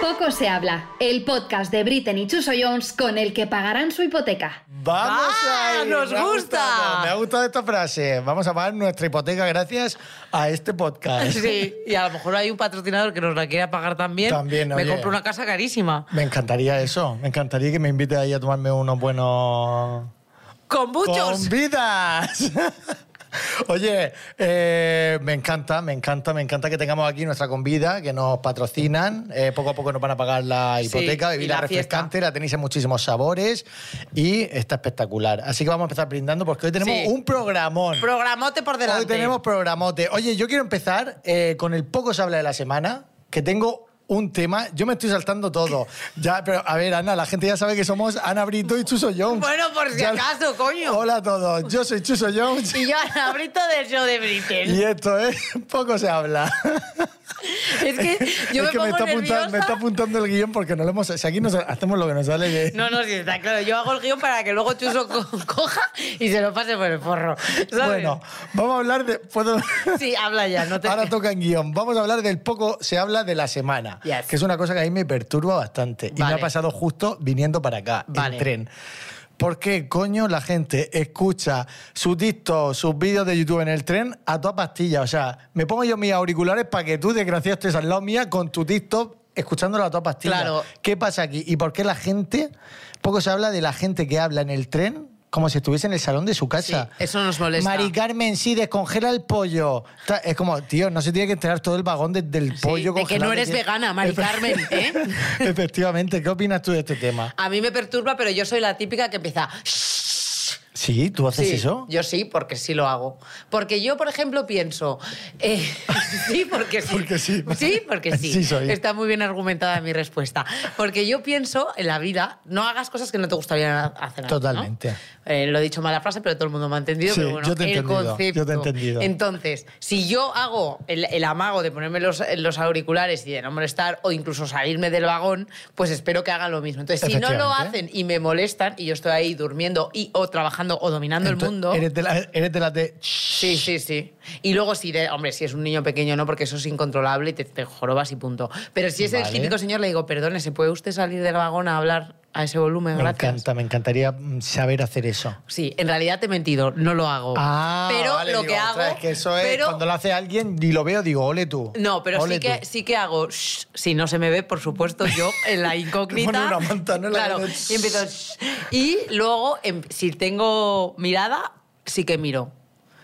Poco se habla, el podcast de Britten y Chuso Jones con el que pagarán su hipoteca. ¡Vamos ¡Ah, a ir! nos Me ha gusta! gustado, Me ha gustado esta frase. Vamos a pagar nuestra hipoteca gracias a este podcast. Sí, y Eh, a lo mejor hay un patrocinador que nos la quiera pagar también. También, Me oye. compro una casa carísima. Me encantaría eso. Me encantaría que me invite ahí a tomarme unos buenos... ¡Con muchos! ¡Con vidas! Oye, eh, me encanta, me encanta, me encanta que tengamos aquí nuestra convida, que nos patrocinan. Eh, poco a poco nos van a pagar la Sí, hipoteca, y bebida la refrescante, la tenéis en muchísimos sabores y está espectacular. Así que vamos a empezar brindando porque hoy tenemos Sí. un programón. Programote por delante. Hoy tenemos programote. Oye, yo quiero empezar eh, con el poco se habla de la semana, que tengo un tema. Yo me estoy saltando todo. Ya, pero a ver, Ana, la gente ya sabe que somos Ana Brito y Chuso Jones. Bueno, por si Ya- acaso, coño. Hola a todos, yo soy Chuso Jones Y yo al abrito del show de Britain. y esto es Poco se habla. Es que yo es me que pongo me, está nerviosa. apuntando, me está apuntando el guión porque no lo hemos... Si aquí nos, hacemos lo que nos sale que... No, no, sí, está claro. Yo hago el guión para que luego Chuso co- coja y se lo pase por el forro. ¿sabes? Bueno, vamos a hablar de... ¿puedo? Sí, habla ya, no te... Ahora toca en guión. Vamos a hablar del poco se habla de la semana, Yes. que es una cosa que a mí me perturba bastante. Y me Vale. ha pasado justo viniendo para acá, Vale. en tren. ¿Por qué coño la gente escucha sus TikTok, sus vídeos de YouTube en el tren a toda pastilla? O sea, me pongo yo mis auriculares para que tú, desgraciado, estés al lado mía con tu TikTok escuchándolo a toda pastilla. Claro. ¿Qué pasa aquí? ¿Y por qué la gente, poco se habla de la gente que habla en el tren como si estuviese en el salón de su casa? Sí, eso nos molesta. Mari Carmen, sí, descongela el pollo. Ta- Es como, tío, no se tiene que enterar todo el vagón de- del Sí, pollo de que congelado no eres tiene. vegana, Mari Efe- Carmen, ¿eh? Efectivamente, ¿qué opinas tú de este tema? A mí me perturba, pero yo soy la típica que empieza... Sí, ¿tú haces Sí, eso? Yo sí, porque sí lo hago. Porque yo, por ejemplo, pienso. eh, sí, porque sí. Porque sí. Sí, porque sí. Sí soy. Está muy bien argumentada mi respuesta. Porque yo pienso en la vida, no hagas cosas que no te gustaría hacer. ¿no? Totalmente. Eh, lo he dicho mala frase, pero todo el mundo me ha entendido. Sí, pero bueno, yo te he el entendido, concepto. yo te he entendido. Entonces, si yo hago el, el amago de ponerme los, los auriculares y de no molestar, o incluso salirme del vagón, pues espero que hagan lo mismo. Entonces, si no lo Efectivamente. hacen y me molestan, y yo estoy ahí durmiendo y o trabajando o dominando el Entonces, mundo. Eres de la, eres de, las de- Sí, sí, sí. Y luego si, de- hombre, si es un niño pequeño no, porque eso es incontrolable y te, te jorobas y punto. Pero si es el Vale. típico señor, le digo, perdone, ¿se puede usted salir del vagón a hablar a ese volumen? Me Gracias. encanta, me encantaría mm, saber hacer eso. Sí, en realidad te he mentido, no lo hago. Ah, pero vale, lo digo, que hago... ostras, es que eso es pero- cuando lo hace alguien y lo veo, digo, ole tú. No, pero sí ole tú. que, sí que hago... shh, si no se me ve, por supuesto, yo en la incógnita... Te pone una manta, ¿no? En la Claro, cara de- y empiezo... shh. Y luego, em- si tengo mirada, sí que miro.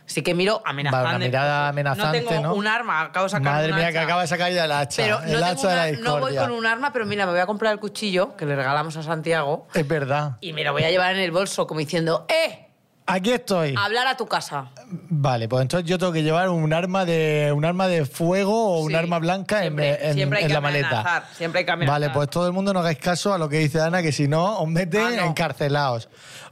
Sí que miro amenazante. Pues, Vale, una mirada amenazante, No tengo ¿no? un arma, acabo de sacar Madre un mía, que hacha. acaba de sacar ya el hacha. Pero el no, hacha tengo de la una- no voy discordia. con un arma, pero mira, me voy a comprar el cuchillo que le regalamos a Santiago Es verdad. y me lo voy a llevar en el bolso como diciendo, ¡eh! Aquí estoy. Hablar a tu casa. Vale, pues entonces yo tengo que llevar un arma de, un arma de fuego o un Sí, arma blanca en- siempre, en, siempre hay en que la maleta. amenazar, siempre hay que amenazar. Vale, pues todo el mundo no hagáis caso a lo que dice Ana, que si no, os mete Ah, no. encarcelados.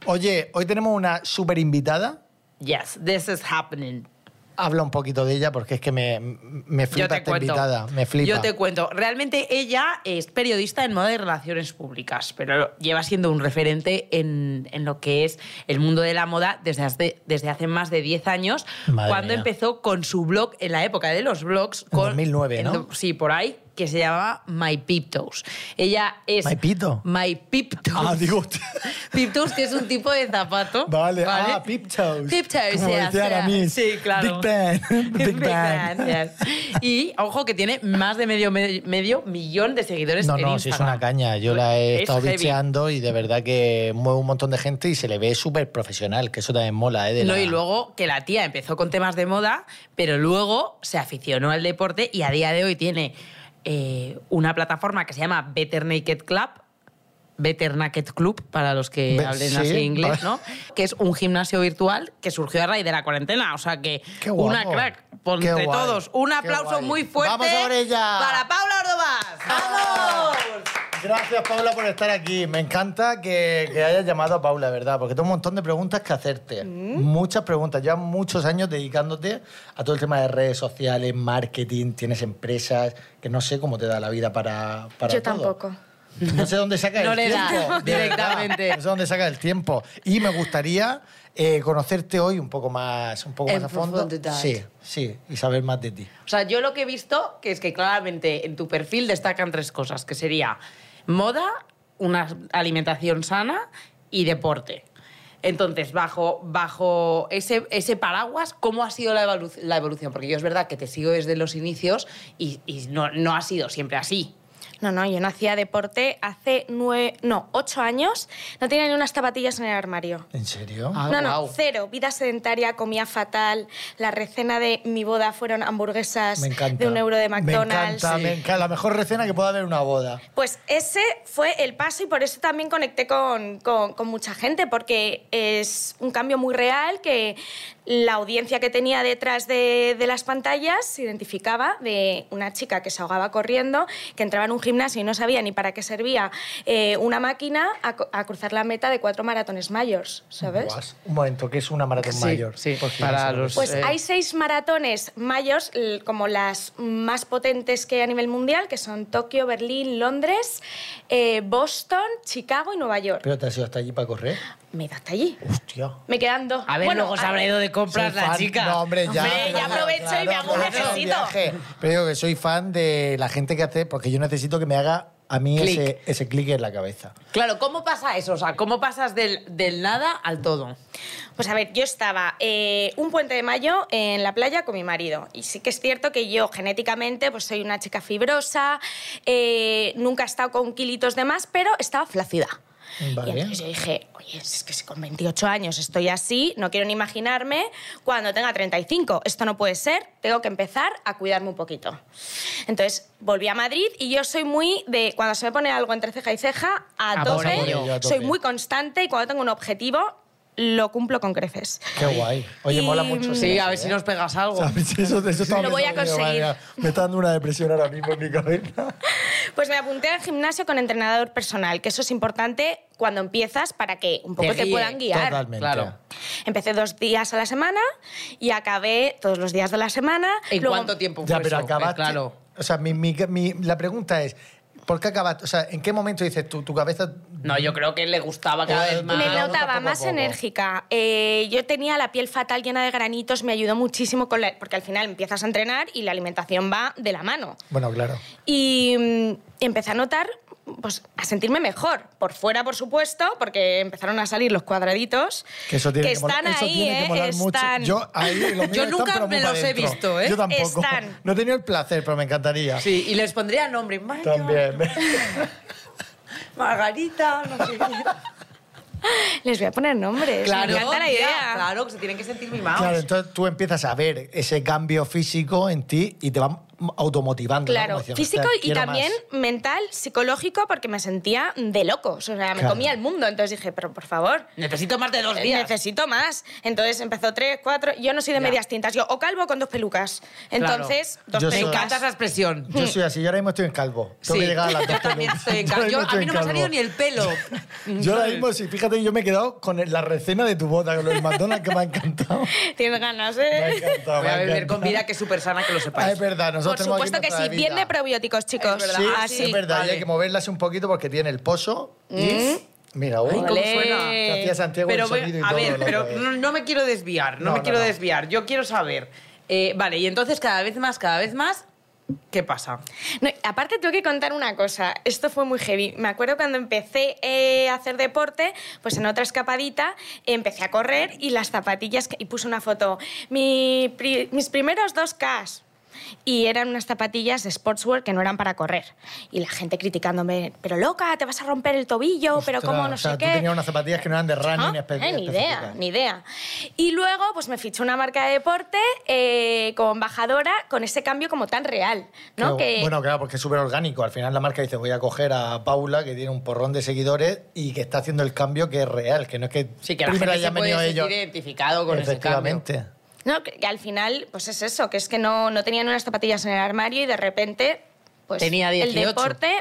Oye, hoy tenemos una súper invitada. Yes, this is happening. Habla un poquito de ella porque es que me, me Yo flipa te esta cuento. invitada. Me flipa. Yo te cuento. Realmente ella es periodista en moda y relaciones públicas, pero lleva siendo un referente en, en lo que es el mundo de la moda desde hace, desde hace más de 10 años, Madre cuando mía. empezó con su blog en la época de los blogs. En Con, 2009, ¿no? do- sí, por ahí, que se llamaba My Piptos. Ella es... ¿My Pito? My Piptos. Ah, digo. Piptos, que es un tipo de zapato. Vale, ah, pip toes. Pip toes, Como ya, decían a sea. mí. Sí, claro. Big bang. Big bang. Gracias. Y ojo que tiene más de medio, me- medio millón de seguidores No, en no, sí es Instagram. una caña. Yo la he Pues Es estado heavy. bicheando y de verdad que mueve un montón de gente y se le ve súper profesional, que eso también mola, ¿eh? de No, la- y luego que la tía empezó con temas de moda, pero luego se aficionó al deporte y a día de hoy tiene eh, una plataforma que se llama Better Naked Club. Better Naked Club, para los que Be- hablen sí, así vale. inglés, ¿no? Que es un gimnasio virtual que surgió a raíz de la cuarentena. O sea que Qué guapo. una crack. Ponte Qué guay. todos un Qué aplauso guay. muy fuerte ¡Vamos por ella! para Paula Ordovás. ¡Vamos! Gracias, Paula, por estar aquí. Me encanta que, que hayas llamado a Paula, ¿verdad? Porque tengo un montón de preguntas que hacerte. Mm. Muchas preguntas. Llevas muchos años dedicándote a todo el tema de redes sociales, marketing, tienes empresas, que no sé cómo te da la vida para, para Yo todo. tampoco. No sé dónde saca No el le da tiempo. de verdad. directamente. No sé dónde saca el tiempo. Y me gustaría eh, conocerte hoy un poco más, un poco En más a fondo. profundidad. Sí, sí, y saber más de ti. O sea, yo lo que he visto que es que claramente en tu perfil destacan tres cosas, que sería moda, una alimentación sana y deporte. Entonces, bajo, bajo ese, ese paraguas, ¿cómo ha sido la, evolu- la evolución? Porque yo es verdad que te sigo desde los inicios y, y no, no ha sido siempre así. No, no, yo no hacía deporte hace nueve, no, ocho años. No tenía ni unas zapatillas en el armario. ¿En serio? Ah, no, no, guau. cero. Vida sedentaria, comía fatal. La recena de mi boda fueron hamburguesas me encanta. de un euro de Me McDonald's. encanta, me encanta. La mejor recena que pueda haber en una boda. Pues ese fue el paso y por eso también conecté con, con- con mucha gente, porque es un cambio muy real que la audiencia que tenía detrás de, de las pantallas se identificaba de una chica que se ahogaba corriendo, que entraba en un gimnasio y no sabía ni para qué servía eh, una máquina a, co- a cruzar la meta de cuatro maratones mayores, ¿sabes? Guas. Un momento, que es una maratón Sí, mayor. sí, Porque para no sé lo los- que Pues es. Eh. hay seis maratones mayores, l- como las más potentes que hay a nivel mundial, que son Tokio, Berlín, Londres, eh, Boston, Chicago y Nueva York. Pero te has ido hasta allí para correr. Me he ido hasta allí. Hostia. Me quedan dos. A ver, Bueno, luego se habrá ido de compras Soy la fan- chica. No, hombre, ya. Hombre, pero ya aprovecho claro, y me hago un claro, necesito. viaje. Pero digo que soy fan de la gente que hace, porque yo necesito que me haga a mí Clic. ese, ese clic en la cabeza. Claro, ¿cómo pasa eso? O sea, ¿cómo pasas del, del nada al todo? Pues a ver, yo estaba eh, un puente de mayo en la playa con mi marido. Y sí que es cierto que yo genéticamente pues soy una chica fibrosa, eh, nunca he estado con kilitos de más, pero estaba flácida. Y Vale. pues, entonces eh, yo dije, oye, es que si con 28 años estoy así, no quiero ni imaginarme cuando tenga 35. Esto no puede ser, tengo que empezar a cuidarme un poquito. Entonces volví a Madrid y yo soy muy de, cuando se me pone algo entre ceja y ceja, a, A por tope, ello, a soy tope. muy constante y cuando tengo un objetivo, lo cumplo con creces. Qué guay. Oye, Y- mola mucho. mm, ¿eh? Sí, a ver si nos pegas algo. Eso, eso estaba Lo voy pensando yo, madre a conseguir. mía, Me está dando una depresión ahora mismo en mi cabeza. Pues me apunté al gimnasio con entrenador personal, que eso es importante cuando empiezas para que un poco Te te, guíe, puedan guiar. Totalmente. Claro. Empecé dos días a la semana y acabé todos los días de la semana. ¿En Luego- cuánto tiempo fue Ya, pero eso? Pues acabaste. Claro. O sea, mi, mi- mi- la pregunta es: ¿por qué acabaste? O sea, ¿en qué momento dices tú, tu cabeza. No, yo creo que le gustaba cada Eh, vez más. Me Ah, no, notaba tampoco, más tampoco. enérgica. Eh, yo tenía la piel fatal llena de granitos, me ayudó muchísimo con la- porque al final empiezas a entrenar y la alimentación va de la mano. Bueno, claro. Y mm, empecé a notar, pues a sentirme mejor. Por fuera, por supuesto, porque empezaron a salir los cuadraditos. Que eso tiene que, molar- están eso ahí, tiene que ¿eh? molar Están. mucho. Yo, ahí, los míos Yo están, nunca pero muy me pa' los he dentro. visto, ¿eh? Yo tampoco. Están. No he tenido el placer, pero me encantaría. Sí, y les pondría nombre. Mario, También. Margarita, no sé qué. Les voy a poner nombres. Claro, me encanta la tía, idea. claro, que se tienen que sentir mimados. Claro, entonces tú empiezas a ver ese cambio físico en ti y te va automotivando. ¿no? Claro, Como diciendo, físico "Hostia, y quiero también más". mental, psicológico, porque me sentía de locos. O sea, me Claro. comía el mundo. Entonces dije, pero por favor, Necesito más de dos eh, días. necesito más. Entonces empezó tres, cuatro. Yo no soy de Ya. medias tintas, yo o calvo o con dos pelucas. Entonces, dos Yo Me soy- pelucas. encanta esa expresión. Yo soy así, yo ahora mismo estoy en calvo. Tengo Hmm. Sí, que llegar a las yo dos también pelucas. estoy en Yo ahora calvo. Yo- mismo a mí estoy en no me ha salido calvo. ni el pelo. Yo ahora mismo, sí, fíjate, yo me he quedado con la recena de tu boda, con el McDonald's, que me ha encantado. Tienes ganas, Me ha ¿eh? encantado, Voy me a ha beber encantado. con vida, pues, que es súper sana, que lo Ah, sepáis. es verdad, Por nosotros tenemos que supuesto que irnos sí. a la Bien vida. de probióticos, chicos. Es verdad. Sí, Ah, Así. es verdad, y hay vale. que moverlas un poquito porque tiene el pozo. Y, mira, uy, Ay, ¿Cómo Olé. suena? que hacía Santiago pero el voy- sonido y a todo, ver, loco, pero eh. no, no me quiero desviar, no, No, me no, quiero no. desviar. Yo quiero saber. Eh, vale, y entonces cada vez más, cada vez más, ¿qué pasa? No, y aparte tengo que contar una cosa, esto fue muy heavy. Me acuerdo cuando empecé eh, a hacer deporte, pues en otra escapadita empecé a correr y las zapatillas, que- y puse una foto, Mi pri- mis primeros dos Ks. Y eran unas zapatillas de sportswear que no eran para correr. Y la gente criticándome, pero loca, te vas a romper el tobillo, pero cómo no o sea, sé tú qué. tenías unas zapatillas que no eran de running ¿No? espe- Eh, ni idea, específicas. ni idea. Y luego, pues me fichó una marca de deporte eh, como embajadora con ese cambio como tan real, ¿no? Qué Que- gu- Bueno, claro, porque es súper orgánico. Al final la marca dice, voy a coger a Paula, que tiene un porrón de seguidores y que está haciendo el cambio que es real, que no es que, Sí, que la primero gente se hayan puede venido sentir ellos. identificado con ese cambio. Efectivamente. No, que, que al final, pues es eso, que es que no, no tenían unas zapatillas en el armario y de repente, pues Tenía el 18. deporte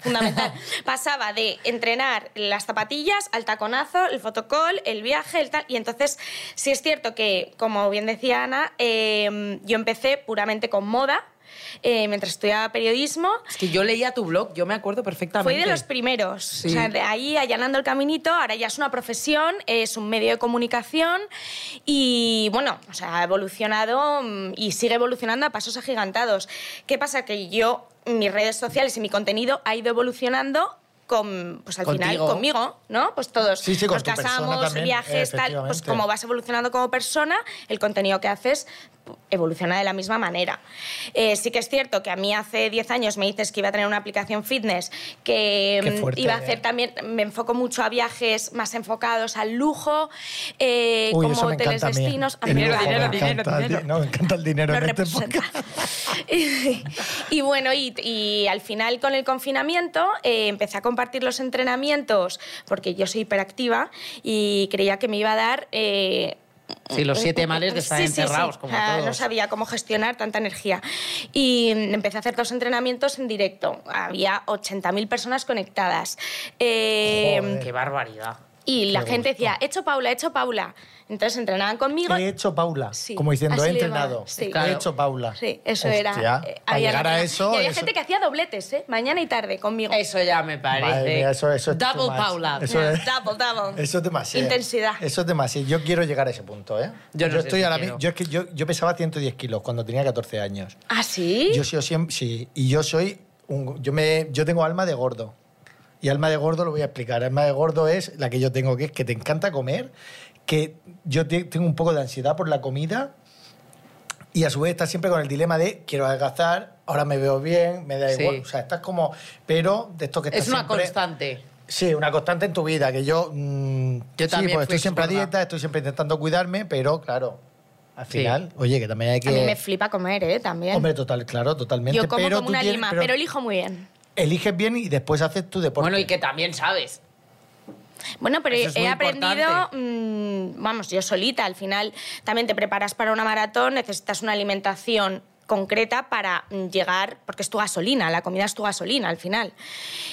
fundamental. Pasaba de entrenar las zapatillas al taconazo, el fotocol, el viaje, el tal. Y entonces, sí es cierto que, como bien decía Ana, eh, yo empecé em, puramente con moda. eh, mientras estudiaba periodismo. Es que yo leía tu blog, yo me acuerdo perfectamente. Fui de los primeros. Sí. O sea, de ahí allanando el caminito, ahora ya es una profesión, es un medio de comunicación y bueno, o sea, ha evolucionado mm, y sigue evolucionando a pasos agigantados. ¿Qué pasa? Que yo, mis redes sociales y mi contenido ha ido evolucionando con, pues al final Contigo. conmigo, ¿no? Pues todos Sí, sí, con nos tu persona casamos, también, viajes, tal, pues efectivamente. como vas evolucionando como persona, el contenido que haces evoluciona de la misma manera. Eh, sí que es cierto que a mí hace 10 años me dices que iba a tener una aplicación fitness, que Qué mm, fuerte, iba a eh. hacer también, me enfoco mucho a viajes más enfocados al lujo, eh, Uy, como eso me hoteles encanta a mí. destinos. A El mí Dinero, lujo, dinero, me dinero, encanta el dinero. di- No, me encanta el dinero nos en este representa. podcast. y bueno, y, y al final con el confinamiento eh, empecé a compartir los entrenamientos porque yo soy hiperactiva y creía que me iba a dar... eh, Sí, los siete males de estar Sí, sí, sí. encerrados, como Ah, No todos. sabía cómo gestionar tanta energía. Y empecé a hacer dos entrenamientos en directo. Había 80.000 personas conectadas. Eh, Joder. Qué barbaridad. y la Qué gente gusto. Eh, decía, he hecho Paula, he hecho Paula. Entonces entrenaban conmigo. He hecho Paula, Sí, como diciendo, así he le llamaba, entrenado. sí. He Claro. hecho Paula. Sí, eso Hostia, era. eh, Para había llegar a una- eso. Y había eso- gente que hacía dobletes, ¿eh? Mañana y tarde conmigo. Eso ya me parece. Madre mía, eso, eso es too Double much. Paula. Eso es, Double, double. eso es demasiado. Intensidad. Eso es demasiado. Yo quiero llegar a ese punto, ¿eh? Yo no sé estoy si ahora quiero. mi- Yo es que yo, yo pesaba 110 kilos cuando tenía 14 años. ¿Ah, sí? Yo soy siempre, sí, y yo soy un- yo me yo tengo alma de gordo. Y alma de gordo lo voy a explicar. Alma de gordo es la que yo tengo, que es que te encanta comer, que yo te- tengo un poco de ansiedad por la comida y a su vez estás siempre con el dilema de quiero adelgazar, ahora me veo bien, me da Sí. igual, o sea, estás como pero de esto que estás Es una siempre- constante. Sí, una constante en tu vida, que yo... mm, Yo también Sí, pues fui estoy siempre a gorda. dieta, estoy siempre intentando cuidarme, pero claro, al Sí. final, oye, que también hay que... A mí me flipa comer, ¿eh? También. Hombre, total, claro, totalmente. yo como pero como tú una tienes- lima, pero... elijo muy bien. eliges bien y después haces tu deporte. Bueno, y que también sabes. Bueno, pero Eso es he muy aprendido, importante. mm, vamos, yo solita, al final también te preparas para una maratón, necesitas una alimentación concreta para mm, llegar, porque es tu gasolina, la comida es tu gasolina al final.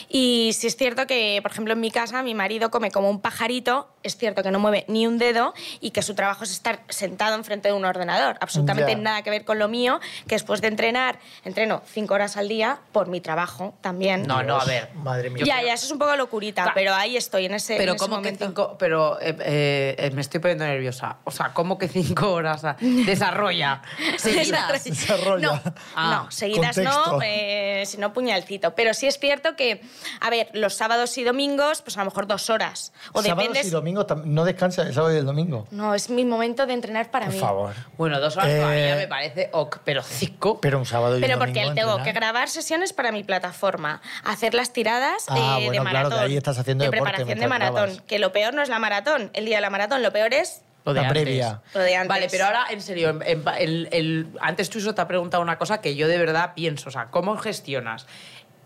Y si es cierto que, por ejemplo, en mi casa mi marido come como un pajarito, es cierto que no mueve ni un dedo y que su trabajo es estar sentado enfrente de un ordenador, absolutamente Ya. nada que ver con lo mío, que después de entrenar, entreno cinco horas al día por mi trabajo también. No, no, a ver. Madre mía. Yo ya, creo- ya, eso es un poco locurita, Ta- pero ahí estoy en ese en Pero ese como que momento. cinco... Pero eh, eh, eh, me estoy poniendo nerviosa. O sea, ¿cómo que cinco horas a- desarrolla seguidas? Desarrolla. No, Ah, no, seguidas contexto. no, eh, sino puñalcito. Pero sí es cierto que, a ver, los sábados y domingos, pues a lo mejor dos horas. O Sábados dependes. y domingos tam- no descansas el sábado y el domingo. No, es mi momento de entrenar para Por mí. favor. Bueno, dos horas Eh, todavía me parece ok, pero cinco. Pero un sábado y Pero un domingo. porque tengo que entrenar. grabar sesiones para mi plataforma, hacer las tiradas Ah, eh, de bueno, claro, maratón. que ahí estás haciendo de deporte preparación de mientras maratón. grabas. Que lo peor no es la maratón, el día de la maratón, lo peor es Lo de La antes. previa. lo de antes. Vale, pero ahora, en serio, en- en- el- el- antes tú, Iso, te ha preguntado una cosa que yo de verdad pienso. O sea, ¿cómo gestionas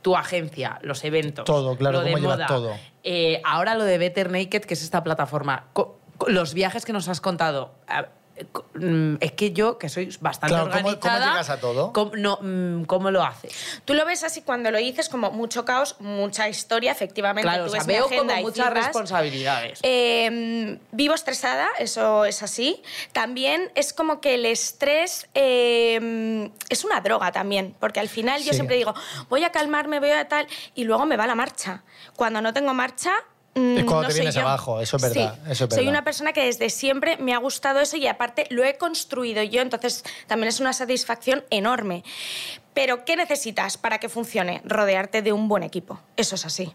tu agencia, los eventos? Todo, claro, lo de ¿cómo llevas moda? todo? Eh, ahora lo de Better Naked, que es esta plataforma. co- co- los viajes que nos has contado. a- co- mm, Es que yo, que soy bastante Claro, ¿cómo- cómo organizada... llegas a todo? ¿cómo, no, mm, ¿cómo lo haces? Tú lo ves así cuando lo dices como mucho caos, mucha historia, efectivamente. Claro, o tú sea, ves mi veo como agenda y muchas cifras. responsabilidades. Eh, vivo estresada, eso es así. También es como que el estrés eh, es una droga también, porque al final yo Sí. siempre digo, voy a calmarme, voy a tal, y luego me va la marcha. Cuando no tengo marcha... mm, Es cuando no te soy vienes yo. abajo, eso es verdad, Sí. eso es Soy verdad. una persona que desde siempre me ha gustado eso y aparte lo he construido yo, entonces también es una satisfacción enorme. Pero ¿qué necesitas para que funcione? Rodearte de un buen equipo. Eso es así.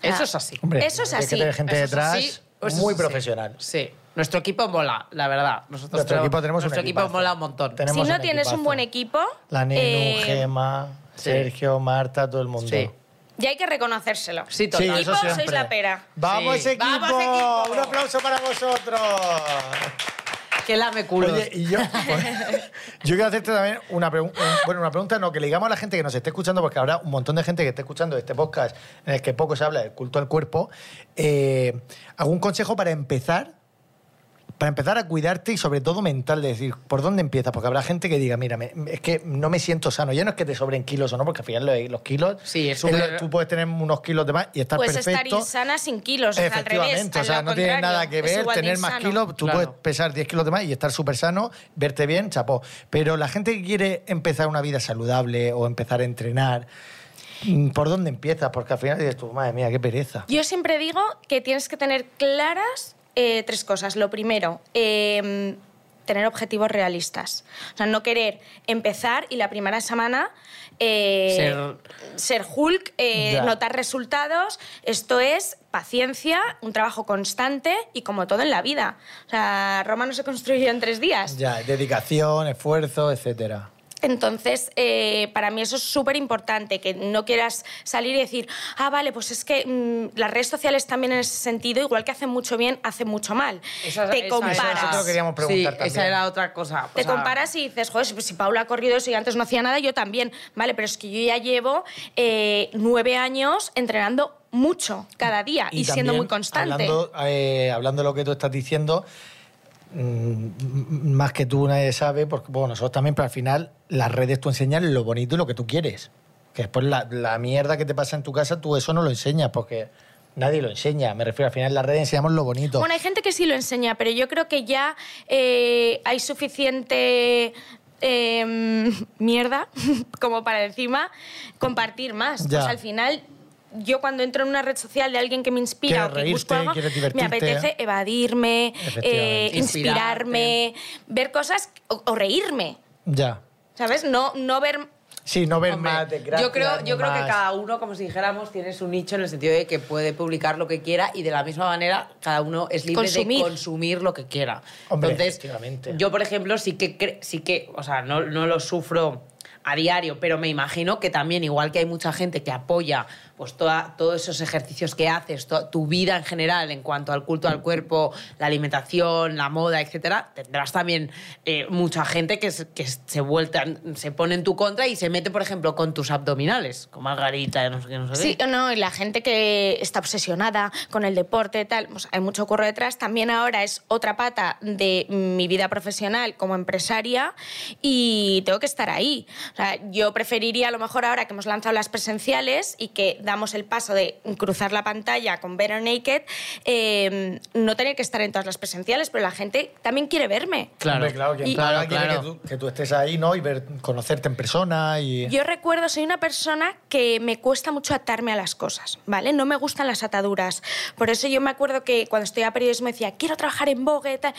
Eso Ah. es así. Hombre, Eso es hay así, que tener gente Eso es detrás así, eso es muy así. profesional. Sí. Nuestro equipo mola, la verdad. Nosotros Nuestro equipo tenemos un nuestro equipo equipazo. mola un montón. Tenemos- Si no un tienes un equipazo. buen equipo... La Nenu, eh, Gema, sí. Sergio, Marta, todo el mundo. Sí. Y hay que reconocérselo. Sí, total. Equipo, eso sois siempre. la pera. ¡Vamos, Sí. equipo! ¡Vamos, equipo! ¡Un aplauso para vosotros! Que lame culos. Oye, y yo, pues, yo quiero hacerte también una pregunta, bueno, una pregunta no, que le digamos a la gente que nos esté escuchando, porque habrá un montón de gente que esté escuchando este podcast en el que poco se habla del culto al cuerpo, eh, algún consejo para empezar para empezar a cuidarte y sobre todo mental, de decir, ¿por dónde empiezas? Porque habrá gente que diga, mira, me- es que no me siento sano. Ya no es que te sobren kilos o no, porque al final los, los kilos, Sí, es tú, súper- tú puedes tener unos kilos de más y estar Pues estar perfecto. insana sin kilos, o sea, al revés. Efectivamente, o al sea, lado no tiene contrario, nada que es ver igual de tener más insano. kilos. Tú Claro. puedes pesar 10 kilos de más y estar súper sano, verte bien, chapó. Pero la gente que quiere empezar una vida saludable o empezar a entrenar, mm, ¿por dónde empiezas? Porque al final dices tú, madre mía, qué pereza. Yo siempre digo que tienes que tener claras eh, tres cosas. Lo primero, eh, tener objetivos realistas. O sea, no querer empezar y la primera semana eh, ser Hulk, eh, Ya. notar resultados. Esto es paciencia, un trabajo constante y como todo en la vida. O sea, Roma no se construyó en tres días. Ya, dedicación, esfuerzo, etcétera. Entonces, eh, para mí eso es súper importante, que no quieras salir y decir, ah, vale, pues es que mm, las redes sociales también en ese sentido, igual que hace mucho bien, hace mucho mal. Esa- te esa- comparas. Eso es lo que queríamos preguntar Sí, esa también. era otra cosa. Te o sea, comparas y dices, joder, si- si Paula ha corrido eso y antes no hacía nada, yo también. Vale, pero es que yo ya llevo eh, nueve años entrenando mucho cada día y, siendo también, muy constante. Hablando, eh, hablando de lo que tú estás diciendo, mm, m- más que tú nadie sabe, porque bueno, nosotros también, pero al final las redes tú enseñas lo bonito y lo que tú quieres. Que después la, la mierda que te pasa en tu casa, tú eso no lo enseñas, porque nadie lo enseña. Me refiero, al final las redes enseñamos lo bonito. Bueno, hay gente que sí lo enseña, pero yo creo que ya eh, hay suficiente eh, mierda como para encima compartir más. Ya. Pues al final. Yo cuando entro en una red social de alguien que me inspira Quieres o que reírte, busco algo, quieres me divertirte. apetece evadirme, eh, Efectivamente. inspirarme, ver cosas o, o reírme, Ya. ¿sabes? No, no ver... Sí, no ver hombre, más desgracia. yo creo, yo creo que más- cada uno, como si dijéramos, tiene su nicho en el sentido de que puede publicar lo que quiera y de la misma manera cada uno es libre Consumir. de consumir lo que quiera. Hombre, efectivamente. Entonces, yo, por ejemplo, sí que, cre- sí que o sea, no, no lo sufro a diario, pero me imagino que también, igual que hay mucha gente que apoya pues, toda, todos esos ejercicios que haces, to- tu vida en general en cuanto al culto al cuerpo, la alimentación, la moda, etcétera, tendrás también eh, mucha gente que, se- que se vuelta, se pone en tu contra y se mete, por ejemplo, con tus abdominales, con margarita, no sé qué, no sé Sí qué. o no, y la gente que está obsesionada con el deporte, tal, pues hay mucho curro detrás. También ahora es otra pata de mi vida profesional como empresaria y tengo que estar ahí. O sea, yo preferiría a lo mejor ahora que hemos lanzado las presenciales y que damos el paso de cruzar la pantalla con Better Naked, eh, no tener que estar en todas las presenciales, pero la gente también quiere verme. Hombre, claro, quien Y- paga Claro, quiere claro. Que, tú, que tú estés ahí, ¿no? Y ver, conocerte en persona y... Yo recuerdo, soy una persona que me cuesta mucho atarme a las cosas, ¿vale? No me gustan las ataduras. Por eso yo me acuerdo que cuando estudiaba periodismo decía, quiero trabajar en Vogue, tal.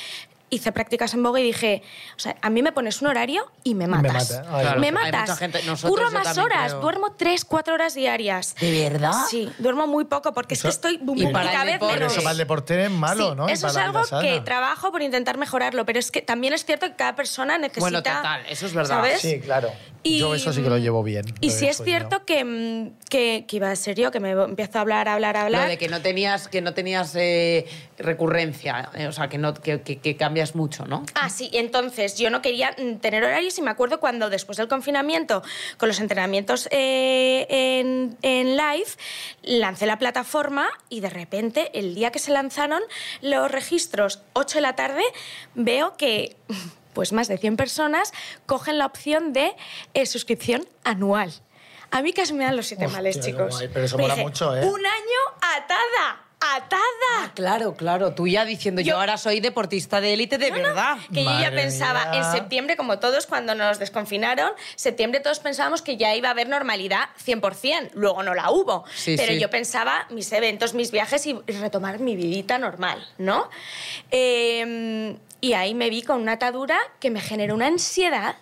Hice prácticas en Vogue y dije, o sea, a mí me pones un horario y me mata. matas. Ay, Claro. Me hay matas. mucha gente- nosotros Curro yo más también horas, creo. Ah. duermo tres, cuatro horas diarias. ¿De verdad? Sí, duermo muy poco porque es que Eso- estoy bum, Y bum, para el cada vez deporte. menos. Eso para el deporte es malo, Sí, ¿no? Y Eso para es la algo vida sana. que trabajo por intentar mejorarlo, pero es que también es cierto que cada persona necesita. Bueno, total, eso es verdad. ¿sabes? Sí, claro. Y- yo eso sí que lo llevo bien. Y lo sí he es soñado. cierto que, mm, que, que iba a ser yo, que me empiezo a hablar, a hablar, a hablar. Lo de que no tenías, que no tenías eh, recurrencia, eh, o sea, que, no, que, que- que cambias mucho, ¿no? Ah, sí, y entonces yo no quería mm, tener horarios y me acuerdo cuando después del confinamiento, con los entrenamientos eh, en, en live, lancé la plataforma y de repente, el día que se lanzaron los registros, 8 de la tarde, veo que pues más de 100 personas cogen la opción de eh, suscripción anual. A mí casi me dan los siete Hostia, males, qué chicos. guay, pero eso Me mola dije, mucho, ¿eh? Un año atada, atada. Claro, claro, tú ya diciendo, yo, Yo- ahora soy deportista de élite de verdad. Que yo ya Madre pensaba mía. en septiembre, como todos cuando nos desconfinaron, septiembre todos pensábamos que ya iba a haber normalidad 100%, luego no la hubo. Sí, pero sí. yo pensaba mis eventos, mis viajes y retomar mi vidita normal, ¿no? Eh, y ahí me vi con una atadura que me generó una ansiedad.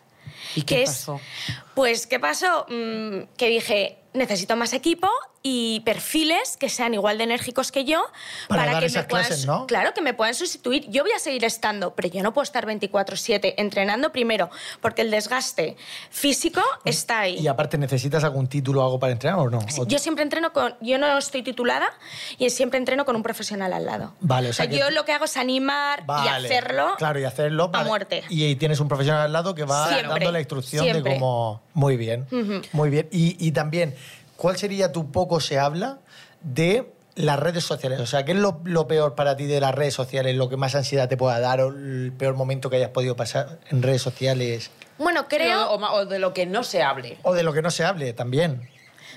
¿Y qué que pasó? Es, pues, ¿qué pasó? Mm, que dije, necesito más equipo y perfiles que sean igual de enérgicos que yo Para dar que esas me puedan clases, su- ¿no? Claro, que me puedan sustituir. Yo voy a seguir estando, pero yo no puedo estar 24/7 entrenando primero, porque el desgaste físico está ahí. Mm, Y aparte, ¿necesitas algún título o algo para entrenar o no? Sí, O- Yo siempre entreno con. Yo no estoy titulada y siempre entreno con un profesional al lado. Vale, o sea que- yo lo que hago es animar y Vale, hacerlo. Claro, y hacerlo. a muerte. Y, y tienes un profesional al lado que va Siempre, dando la instrucción siempre. de cómo. Muy bien. Muy bien. Y, y también, ¿cuál sería tu poco se habla de las redes sociales. O sea, ¿qué es lo, lo peor para ti de las redes sociales? ¿Lo que más ansiedad te pueda dar o el peor momento que hayas podido pasar en redes sociales? Bueno, creo... O, o ma- o de lo que no se hable. O de lo que no se hable también.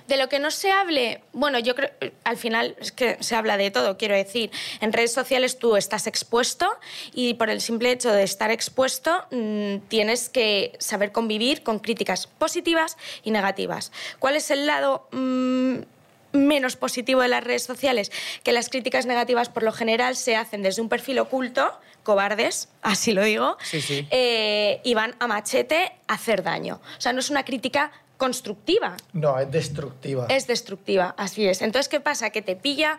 De lo que no se hable, bueno, yo creo, al final es que se habla de todo, quiero decir, en redes sociales tú estás expuesto y por el simple hecho de estar expuesto mm, tienes que saber convivir con críticas positivas y negativas. ¿Cuál es el lado mm, menos positivo de las redes sociales? Que las críticas negativas por lo general se hacen desde un perfil oculto, cobardes, así lo digo, Sí, sí. eh, y van a machete a hacer daño. O sea, no es una crítica constructiva, No, es destructiva. es destructiva, así es. Entonces, ¿qué pasa? Que te pilla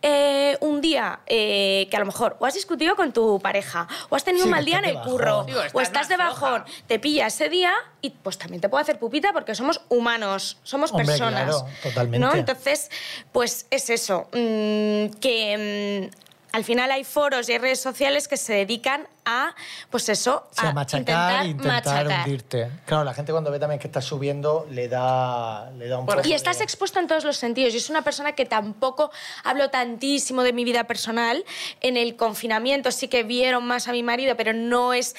eh, un día eh, que a lo mejor o has discutido con tu pareja, o has tenido Sí, un que mal día en estás el de curro, bajón. Digo, o estás estás más de bajón, floja. te pilla ese día y pues también te puede hacer pupita porque somos humanos, somos Hombre, personas. claro, totalmente. ¿no? Entonces, pues es eso, mm, que... mm, al final hay foros y hay redes sociales que se dedican a, pues eso, O sea, machacar, intentar, intentar, machacar. hundirte. Claro, la gente cuando ve también que estás subiendo le da, le da un Por- poco Y de- estás expuesta en todos los sentidos. Yo soy una persona que tampoco hablo tantísimo de mi vida personal. En el confinamiento sí que vieron más a mi marido, pero no es,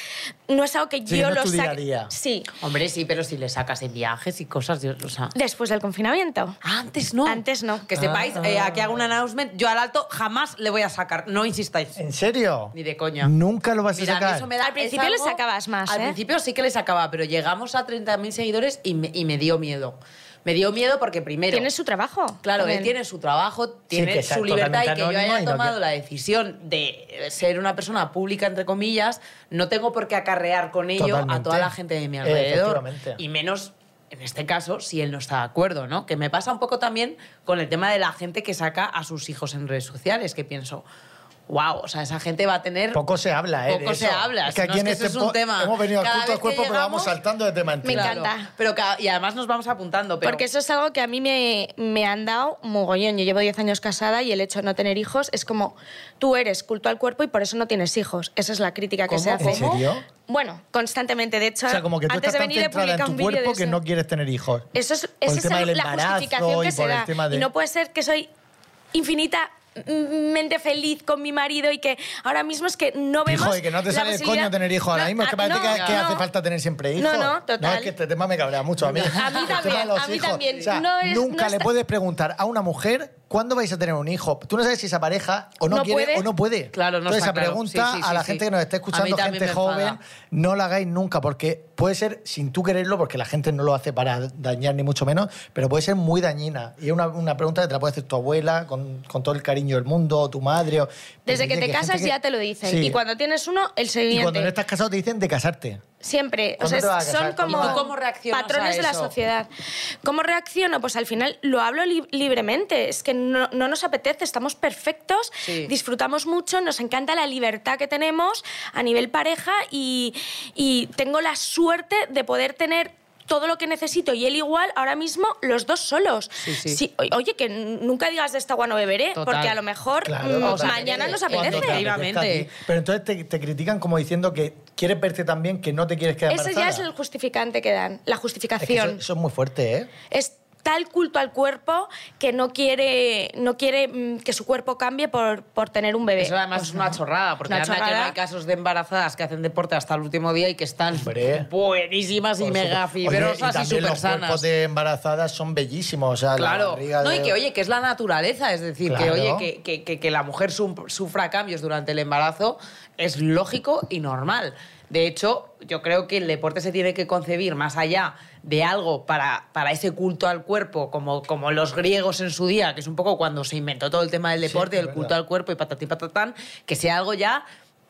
no es algo que Sí, yo no es lo tu día a saque- día. Sí, Hombre, sí, pero si le sacas en viajes y cosas, Dios, o sea... después del confinamiento. Ah, Antes no. Antes no. Ah. Que sepáis, eh, aquí hago un announcement. Yo al alto jamás le voy a sacar. No insistáis. ¿En serio? Ni de coña. Nunca lo vas Mira, a a mí sacar. eso me da- Al principio es le algo- sacabas más, Al ¿eh? principio sí que le sacaba, pero llegamos a 30.000 seguidores y me, y me dio miedo. Me dio miedo porque primero... Tiene su trabajo. Claro, también. él tiene su trabajo, tiene que sea su libertad y totalmente que yo anónimo y haya no tomado que- la decisión de ser una persona pública, entre comillas, no tengo por qué acarrear con ello a Totalmente. toda la gente de mi Eh, alrededor. efectivamente. Y menos, en este caso, si él no está de acuerdo, ¿no? Que me pasa un poco también con el tema de la gente que saca a sus hijos en redes sociales, que pienso, wow, o sea, esa gente va a tener... Poco se habla, ¿eh? de Poco se eso. habla, Es que si no aquí es en que este eso es un po- tema. Hemos venido Cada al culto vez al que cuerpo, pero vamos llegamos- saltando de tema en Me tema. encanta. Pero ca- y además nos vamos apuntando, pero... Porque eso es algo que a mí me, me han dado mogollón. Yo llevo 10 años casada y el hecho de no tener hijos es como tú eres culto al cuerpo y por eso no tienes hijos. Esa es la crítica que ¿Cómo? se hace. ¿En serio? Bueno, constantemente. De hecho, O sea, como que tú antes estás de tan venir he centrada en publicado tu un vídeo cuerpo de que eso. no quieres tener hijos. Eso ¿eh? es, el esa es tema del la embarazo justificación y que se por el da. tema de- Y no puede ser que soy infinitamente feliz con mi marido y que ahora mismo es que no vemos Hijo, y que no te la sale el posibilidad- coño tener hijos ahora No, mismo. Es que a- parece que, no, que no. hace falta tener siempre hijos. No, no, total. No, es que este tema me cabrea mucho a mí. A mí El tema de también, los a mí hijos. también. O sea, No es- nunca no le está- puedes preguntar a una mujer cuándo vais a tener un hijo. Tú no sabes si esa pareja o no, No quiere puede. o no puede. Claro, no Entonces, está esa claro. pregunta Sí, sí, sí, a la sí. gente que nos está A mí escuchando, también gente me joven, enfada. no la hagáis nunca, porque puede ser sin tú quererlo, porque la gente no lo hace para dañar ni mucho menos, pero puede ser muy dañina. Y es una, una pregunta que te la puede hacer tu abuela con, con todo el cariño del mundo, o tu madre. o- Desde Pero, que oye, te hay gente casas que- ya te lo dicen. Sí. Y cuando tienes uno, el Y siguiente. cuando no estás casado te dicen de casarte. Siempre. ¿Cuándo O sea, te vas a son casar? ¿Cuándo como te vas a- ¿Y tú cómo reaccionas patrones a de la eso? sociedad. ¿Cómo reacciono? Pues al final lo hablo lib- libremente. Es que no, no nos apetece, estamos perfectos, Sí. disfrutamos mucho, nos encanta la libertad que tenemos a nivel pareja y, y tengo la suerte de poder tener todo lo que necesito y él igual ahora mismo los dos solos. Sí, sí. o- oye, que n- nunca digas de esta agua no beberé, Total. porque a lo mejor Claro, mm, total. mañana nos Cuando apetece. te Efectivamente. apetezca a ti. Pero entonces te, te critican como diciendo que quieres verte también, que no te quieres quedar Ese embarazada. ya es el justificante que dan, la Es que justificación. eso, eso es muy fuerte, ¿eh? es tal culto al cuerpo que no quiere, no quiere mm, que su cuerpo cambie por, por tener un bebé. Eso además es una chorrada, porque pues anda Una que no chorrada. hay casos de embarazadas que hacen deporte hasta el último día y que están Hombre. buenísimas y Por mega supuesto. Oye, fibrosas y también súper Los cuerpos sanas. de embarazadas son bellísimos. O sea, la Claro. barriga No, y de- que oye, que es la naturaleza, es decir, que Claro. oye, que, que- que- que la mujer su- sufra cambios durante el embarazo es lógico y normal. De hecho, yo creo que el deporte se tiene que concebir más allá de algo para, para ese culto al cuerpo, como, como los griegos en su día, que es un poco cuando se inventó todo el tema del deporte, es el culto verdad. al cuerpo y patatín patatán, que sea algo ya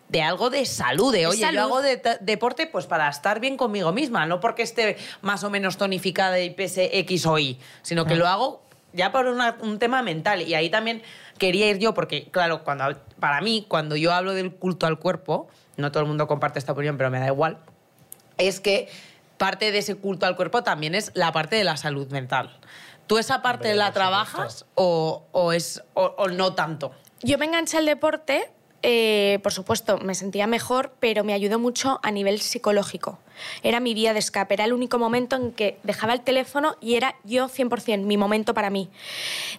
de algo de salud, de, oye, salud. yo hago de- de- deporte pues para estar bien conmigo misma, no porque esté más o menos tonificada y pese X o Y, sino que lo hago ya por una- un tema mental. Y ahí también quería ir yo, porque claro, cuando, hab- para mí, cuando yo hablo del culto al cuerpo, no todo el mundo comparte esta opinión, pero me da igual, es que parte de ese culto al cuerpo también es la parte de la salud mental. ¿Tú esa parte Hombre, la por supuesto. trabajas o, o es, o- o no tanto? Yo me enganché al deporte eh, por supuesto, me sentía mejor, pero me ayudó mucho a nivel psicológico. Era mi vía de escape, era el único momento en que dejaba el teléfono y era yo 100%, mi momento para mí.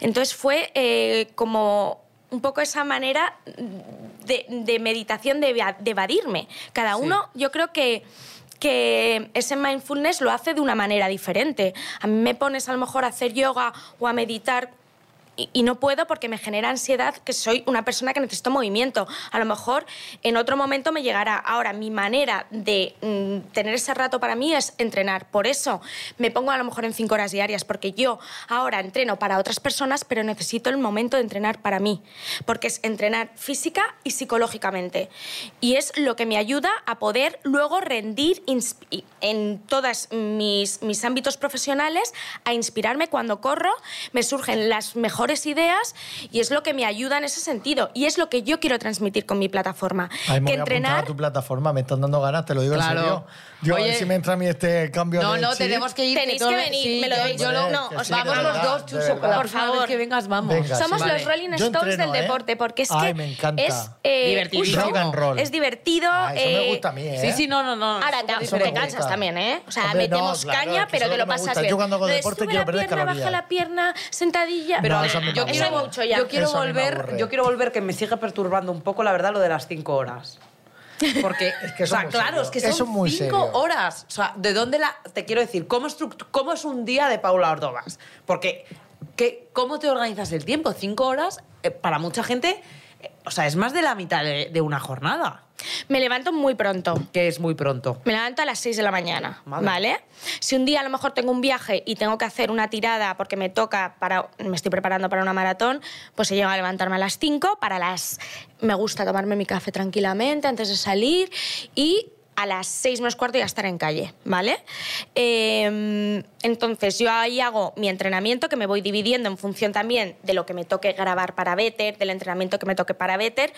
Entonces fue eh, como un poco esa manera de, de meditación, de, de evadirme. Cada uno, yo creo que que ese mindfulness lo hace de una manera diferente. A mí me pones a lo mejor a hacer yoga o a meditar y, y no puedo porque me genera ansiedad que soy una persona que necesito movimiento. A lo mejor en otro momento me llegará. Ahora, mi manera de mm, tener ese rato para mí es entrenar. Por eso me pongo a lo mejor en cinco horas diarias, porque yo ahora entreno para otras personas, pero necesito el momento de entrenar para mí, porque es entrenar física y psicológicamente. Y es lo que me ayuda a poder luego rendir insp- en todos mis, mis ámbitos profesionales, a inspirarme cuando corro, me surgen las mejores mejores ideas y es lo que me ayuda en ese sentido. Y es lo que yo quiero transmitir con mi plataforma. Ay, me voy a que apuntar a entrenar. tu plataforma, me están dando ganas, te lo digo Claro. en serio. Yo a ver Oye. si me entra a mí este cambio No, de no, chip. tenemos que ir. Tenéis todo- que venir, me lo yo- deis. yo lo- No, que os sí, Vamos de los verdad, dos, de Chuso, verdad. por favor. Venga. que vengas, vamos. Venga, Somos sí. los Rolling Yo Stones entreno, del ¿eh? deporte, porque es Ay, que me encanta. es eh, Divertidísimo. un show, Rock and roll. es divertido. Ah, eso me eh, gusta a mí, ¿eh? Sí, sí, no, no, no. Ahora Somos te, eso me te diferentes. gusta. cansas también, ¿eh? O sea, Hombre, no, metemos claro, es caña, que pero eso te es lo lo que me pasas gusta. bien. Yo cuando hago Lo de deporte sube quiero la perder pierna, calorías. baja la pierna, sentadilla. Pero No, eso a mí me yo, aburre. quiero, Eso mucho ya. yo quiero Eso a mí me volver, aburre. yo quiero volver que me sigue perturbando un poco, la verdad, lo de las cinco horas. Porque, que o eso sea, muy claro, serio. es que Eso son muy cinco serio. horas. O sea, ¿de dónde la...? Te quiero decir, ¿cómo, estructu- cómo es un día de Paula Ordovás? Porque, ¿qué, ¿cómo te organizas el tiempo? Cinco horas, eh, para mucha gente, eh, o sea, es más de la mitad de, de una jornada, Me levanto muy pronto. que es muy pronto. Me levanto a las 6 de la mañana, Madre. ¿vale? Si un día a lo mejor tengo un viaje y tengo que hacer una tirada porque me toca para me estoy preparando para una maratón, pues he llegado a levantarme a las 5 para las me gusta tomarme mi café tranquilamente antes de salir y a las 6 menos cuarto ya estar en calle, ¿vale? Eh, entonces yo ahí hago mi entrenamiento que me voy dividiendo en función también de lo que me toque grabar para Better, del entrenamiento que me toque para Better,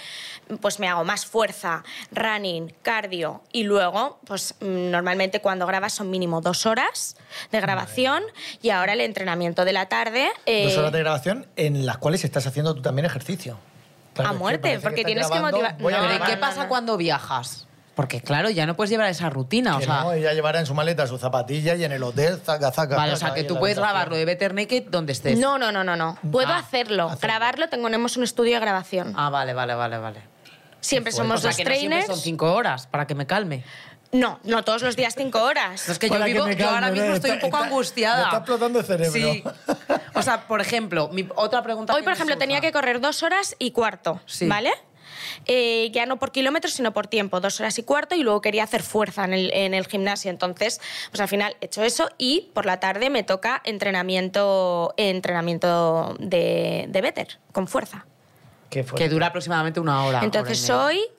pues me hago más fuerza, running, cardio y luego, pues mm, normalmente cuando grabas son mínimo dos horas de grabación y ahora el entrenamiento de la tarde. Dos eh, horas de grabación en las cuales estás haciendo tú también ejercicio. Claro, A es que muerte, parece porque estás tienes que grabando, motivar- voy a No, Pero ¿y grabar. qué no, pasa no. cuando viajas? Porque, claro, ya no puedes llevar esa rutina, Ah, o Que sea... no, ella llevará en su maleta su zapatilla y en el hotel, zaca, zaca. Vale, o zaca, sea, que ahí en tú la puedes habitación. grabarlo de Better Naked donde estés. no, no, no, no, no. Puedo Ah, hacerlo. Grabarlo, tenemos un estudio de grabación. Ah, vale, vale, vale, vale. siempre O somos sea, dos que no siempre trainers. son cinco horas, para que me calme. No, no todos los días cinco horas. No, es que yo Para que vivo, me yo calme, ahora mismo ¿no? estoy un Está- poco está- angustiada. me está explotando el cerebro. Sí. O sea, por ejemplo, mi otra pregunta... Hoy, que por me ejemplo, surja. tenía que correr dos horas y cuarto, Sí. ¿vale? Eh, ya no por kilómetros, sino por tiempo, dos horas y cuarto, y luego quería hacer fuerza en el, en el gimnasio. Entonces, pues al final he hecho eso y por la tarde me toca entrenamiento, entrenamiento de, de Better, con fuerza. Qué fuerte. Que dura aproximadamente una hora. Entonces hora y media. hoy,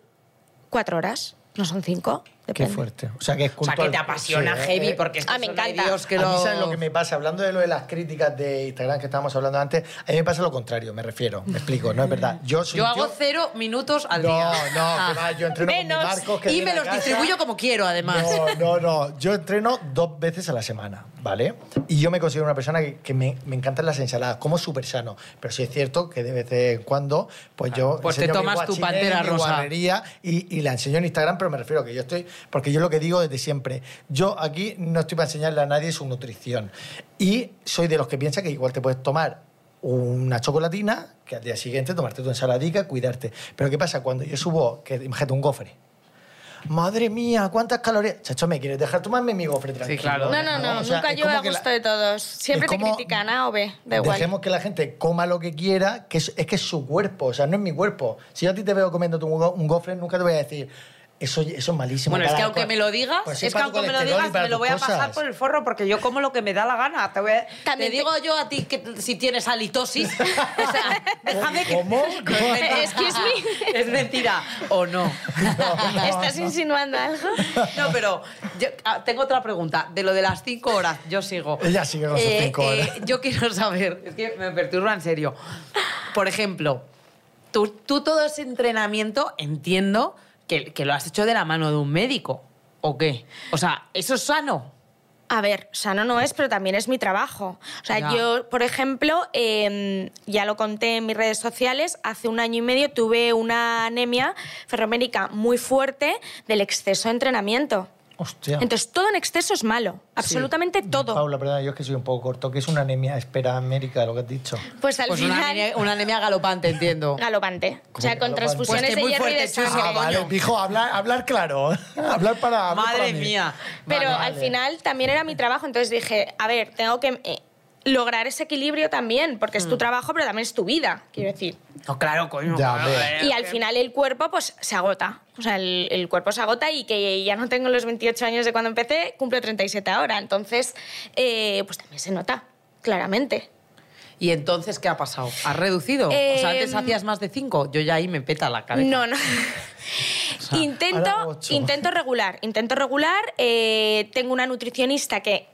cuatro horas, no son cinco. Qué depende. fuerte. O sea, que es O sea, que cultural. te apasiona Sí, heavy eh, porque... es que Ah, me eso no hay encanta. Dios que a lo... mí, ¿sabes lo que me pasa? Hablando de lo de las críticas de Instagram que estábamos hablando antes, a mí me pasa lo contrario, me refiero. Me explico, no es verdad. Yo soy Yo un hago tío- cero minutos al No, día. no, que Ah. va, yo entreno con mi Menos. Marcos, que Y me viene a los casa. distribuyo como quiero, además. No, no, no. Yo entreno dos veces a la semana, ¿vale? Y yo me considero una persona que, que me, me encantan las ensaladas, como súper sano. Pero sí es cierto que de vez en cuando, pues yo. Pues te enseño mi tomas tu guachinés, pantera mi rosa. guarrería Y, y la enseño en Instagram, pero me refiero que yo estoy. Porque yo lo que digo desde siempre, yo aquí no estoy para enseñarle a nadie su nutrición. Y soy de los que piensa que igual te puedes tomar una chocolatina, que al día siguiente tomarte tu ensaladica, cuidarte. Pero ¿qué pasa cuando yo subo, que imagínate un gofre? Madre mía, ¿cuántas calorías? Chacho, ¿me quieres dejar tomarme mi gofre tranquilo? claro. No, no, no, O sea, nunca es yo como a que la- gusto de todos. Siempre es te como- critican, A o B, da igual. Dejemos que la gente coma lo que quiera, que es, es que es su cuerpo, o sea, no es mi cuerpo. Si yo a ti te veo comiendo un, go- un gofre, nunca te voy a decir, eso, eso es malísimo. Bueno, es para que la aunque co- me lo digas, Pues es que para tu aunque me lo colesterol y digas, para me lo tus voy a cosas. pasar por el forro porque yo como lo que me da la gana. Te, voy a- También te te- digo yo a ti que si tienes halitosis, o sea, déjame que... ¿Cómo? No, es mentira. Excuse me. Es mentira, o no. ¿Estás insinuando algo? No, pero yo- ah, tengo otra pregunta. De lo de las cinco horas, yo sigo. Eh, Ella sigue con sus cinco horas. yo quiero saber, es que me perturba en serio. Por ejemplo, tú, tú todo ese entrenamiento entiendo que, que lo has hecho de la mano de un médico, ¿o qué? O sea, ¿eso es sano? A ver, o sea, no, no es, pero también es mi trabajo. O sea, Ya. yo, por ejemplo, eh, ya lo conté en mis redes sociales, hace un año y medio tuve una anemia ferromérica muy fuerte del exceso de entrenamiento. Hostia. Entonces, todo en exceso es malo, absolutamente todo. Mm, Paula, perdona, yo es que soy un poco corto. que es una anemia espera América, lo que has dicho? Pues al Pues final, una anemia, una anemia galopante, entiendo. galopante. O sea, con galopante? transfusiones Pues que de muy hierro y de fuerte, Chus, sangre. Ah, vale, coño. hijo, hablar, hablar claro. hablar para. hablar para Madre mí. mía. Pero Vale. al final también era mi trabajo, entonces dije, a ver, tengo que eh, lograr ese equilibrio también, porque Mm. es tu trabajo, pero también es tu vida, quiero decir. No, claro, coño. Ya, claro, hombre. eh. Y al final el cuerpo pues se agota. O sea, el, el cuerpo se agota y que ya no tengo los 28 años de cuando empecé, cumplo 37 ahora. Entonces, eh, pues también se nota, claramente. ¿Y entonces qué ha pasado? ¿Has reducido? o sea, antes Em, hacías más de cinco. Yo ya ahí me peta la cabeza. No, no. ahora intento, ocho. intento regular, intento regular. eh, tengo una nutricionista que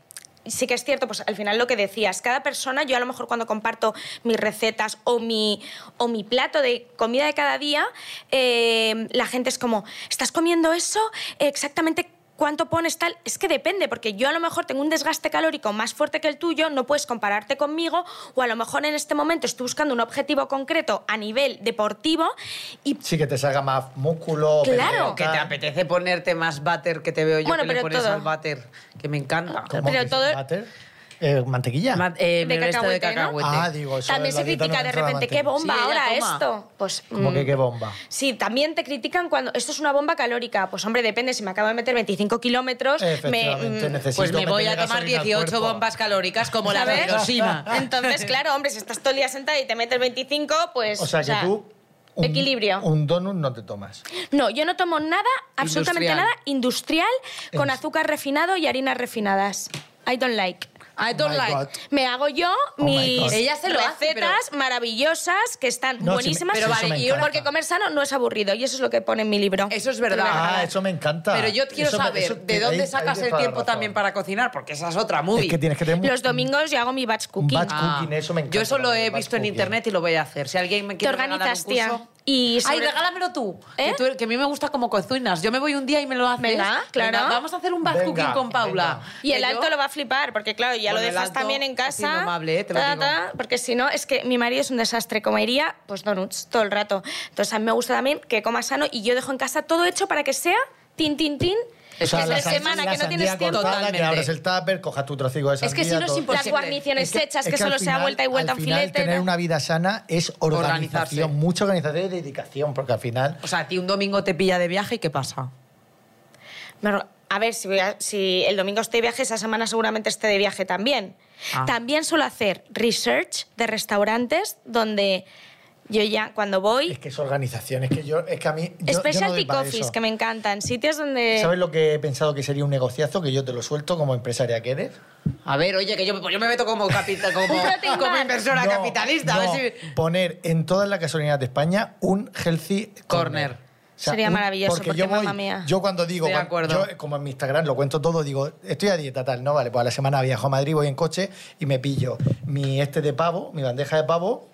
sí que es cierto, pues al final lo que decías, cada persona, yo a lo mejor cuando comparto mis recetas o mi, o mi plato de comida de cada día, eh, la gente es como, ¿estás comiendo eso? Exactamente. ¿Cuánto pones tal? Es que depende, porque yo a lo mejor tengo un desgaste calórico más fuerte que el tuyo, no puedes compararte conmigo, o a lo mejor en este momento estoy buscando un objetivo concreto a nivel deportivo y Sí, que te salga más músculo. Claro. pelota. Que te apetece ponerte más váter que te veo yo Bueno, que le pero pones todo. al váter, que me encanta. ¿Cómo Pero que es? todo- ¿Váter? Eh, ¿Mantequilla? Ma- eh, De me resto de cacahuete, ¿no? cacahuete. ah, digo, eso También de la se dieta no critica de entra la repente, qué mantequilla. bomba Sí, ella ahora toma. esto. Pues, Como mm, que qué bomba. Sí, también te critican cuando esto es una bomba calórica. Pues hombre, depende, si me acabo de meter 25 kilómetros, me, Efectivamente, mm, necesito Pues me voy a meterle tomar gasolina al 18 cuerpo. bombas calóricas como la de ¿Sabes? Hiroshima. entonces, claro, hombre, si estás todo el día sentada y te metes 25, pues... O sea, que tú... un- equilibrio. Un donut no te tomas. No, yo no tomo nada, absolutamente Industrial. nada, industrial, con Es- azúcar refinado y harinas refinadas. I don't like. I don't Oh my like. God. Me hago yo Oh my mis God. Ella se lo hace, recetas maravillosas que están No, sí, buenísimas. pero vale, me y encanta. porque comer sano no es aburrido y eso es lo que pone en mi libro. Eso es verdad. Ah, eso me encanta. Pero yo quiero Eso me- saber, eso- ¿de ahí- dónde ahí sacas tienes el toda la tiempo razón. también para cocinar? Porque esa es otra movie. Ah. Es que tienes que tener... Los domingos yo hago mi batch Un cooking. Ah, batch cooking, eso me encanta. Yo eso lo he batch visto en cooking. internet y lo voy a hacer. Si alguien me Te quiere regalar organizas, un curso... tía. Y Ay, sobre- regálamelo tú. ¿Eh? Que, tú- que a mí me gusta como cocinas. Yo me voy un día y me lo haces. Venga, claro. vamos a hacer un back Venga, cooking con Paula. venga. Y Que el yo- alto lo va a flipar, porque claro, ya Bueno, lo el dejas alto también en ha sido casa. amable, ¿eh? Te lo digo. porque si no, es que mi marido es un desastre. Comería, pues donuts todo el rato. Entonces a mí me gusta también que coma sano y yo dejo en casa todo hecho para que sea tin, tin, tin. O sea, que la es de sandía- semana, la que no sandía tienes tiempo. cortada, que Totalmente. abres el tupper, cojas tu trocico de Es sandía... que si no es todo. imposible. Las guarniciones hechas, que, al solo sea final- vuelta y vuelta al en final filete. tener ¿no? una vida sana es Organizarse. organización, mucha organización y dedicación, porque al final... O sea, a ti un domingo te pilla de viaje y ¿qué pasa? Me ro- A ver, si, voy a- si el domingo estoy de viaje, esa semana seguramente esté de viaje también. Ah. También suelo hacer research de restaurantes donde yo ya, cuando voy, Es que es organización, es que yo... Es que a mí... yo- yo no doy specialty para coffees, eso. que me encantan, sitios donde... ¿Sabes lo que he pensado que sería un negociazo? Que yo te lo suelto como empresaria que eres. A ver, oye, que yo, pues yo me meto como, capital, como, Un protein como bar. inversora No, capitalista. a no, ver si- Poner en todas las gasolineras de España un healthy corner. Corner. Sería un- maravilloso, porque yo mamma mía. Yo cuando digo, Estoy de cuando- acuerdo. yo, como en mi Instagram lo cuento todo, digo, estoy a dieta tal, no, vale, pues a la semana viajo a Madrid, voy en coche y me pillo mi este de pavo, mi bandeja de pavo.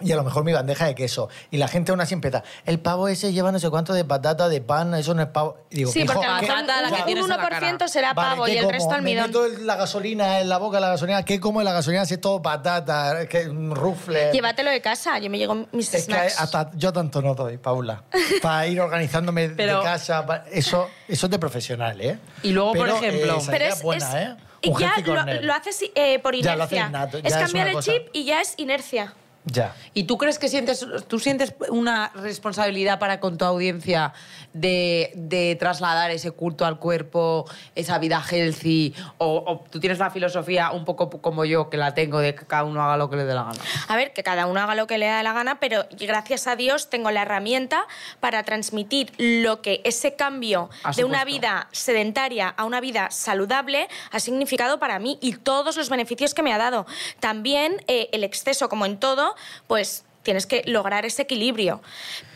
Y a lo mejor mi bandeja de queso. Y la gente aún así empieza. El pavo ese lleva no sé cuánto de patata, de pan, eso no es pavo. Y digo, sí, "Hijo, porque a lo ¿qué- mejor patata la que un, tienes un en la cara. 1% será Vale, pavo ¿qué y el como? resto Me almidón. meto el- la gasolina en la boca, la gasolina. ¿Qué como en la gasolina si es todo patata, es que un rufle? Llévatelo de casa, yo me llego mis es que snacks. hasta yo tanto no doy, Paula. Para ir organizándome Pero- de casa. pa- Eso, eso es de profesional, ¿eh? Y luego, por Pero, ejemplo- eh, esa idea es buena, ¿eh? Un ya healthy lo, corner. lo haces eh, por Ya, lo haces inercia. innato, ya es es cambiar una el cosa- chip y ya es inercia. Ya. ¿Y tú crees que sientes, tú sientes una responsabilidad para con tu audiencia de, de trasladar ese culto al cuerpo, esa vida healthy? O, o tú tienes la filosofía un poco como yo, que la tengo, de que cada uno haga lo que le dé la gana? A ver, que cada uno haga lo que le da la gana, pero gracias a Dios tengo la herramienta para transmitir lo que ese cambio Por de una supuesto. vida sedentaria a una vida saludable ha significado para mí y todos los beneficios que me ha dado. También eh, el exceso, como en todo, pues tienes que lograr ese equilibrio.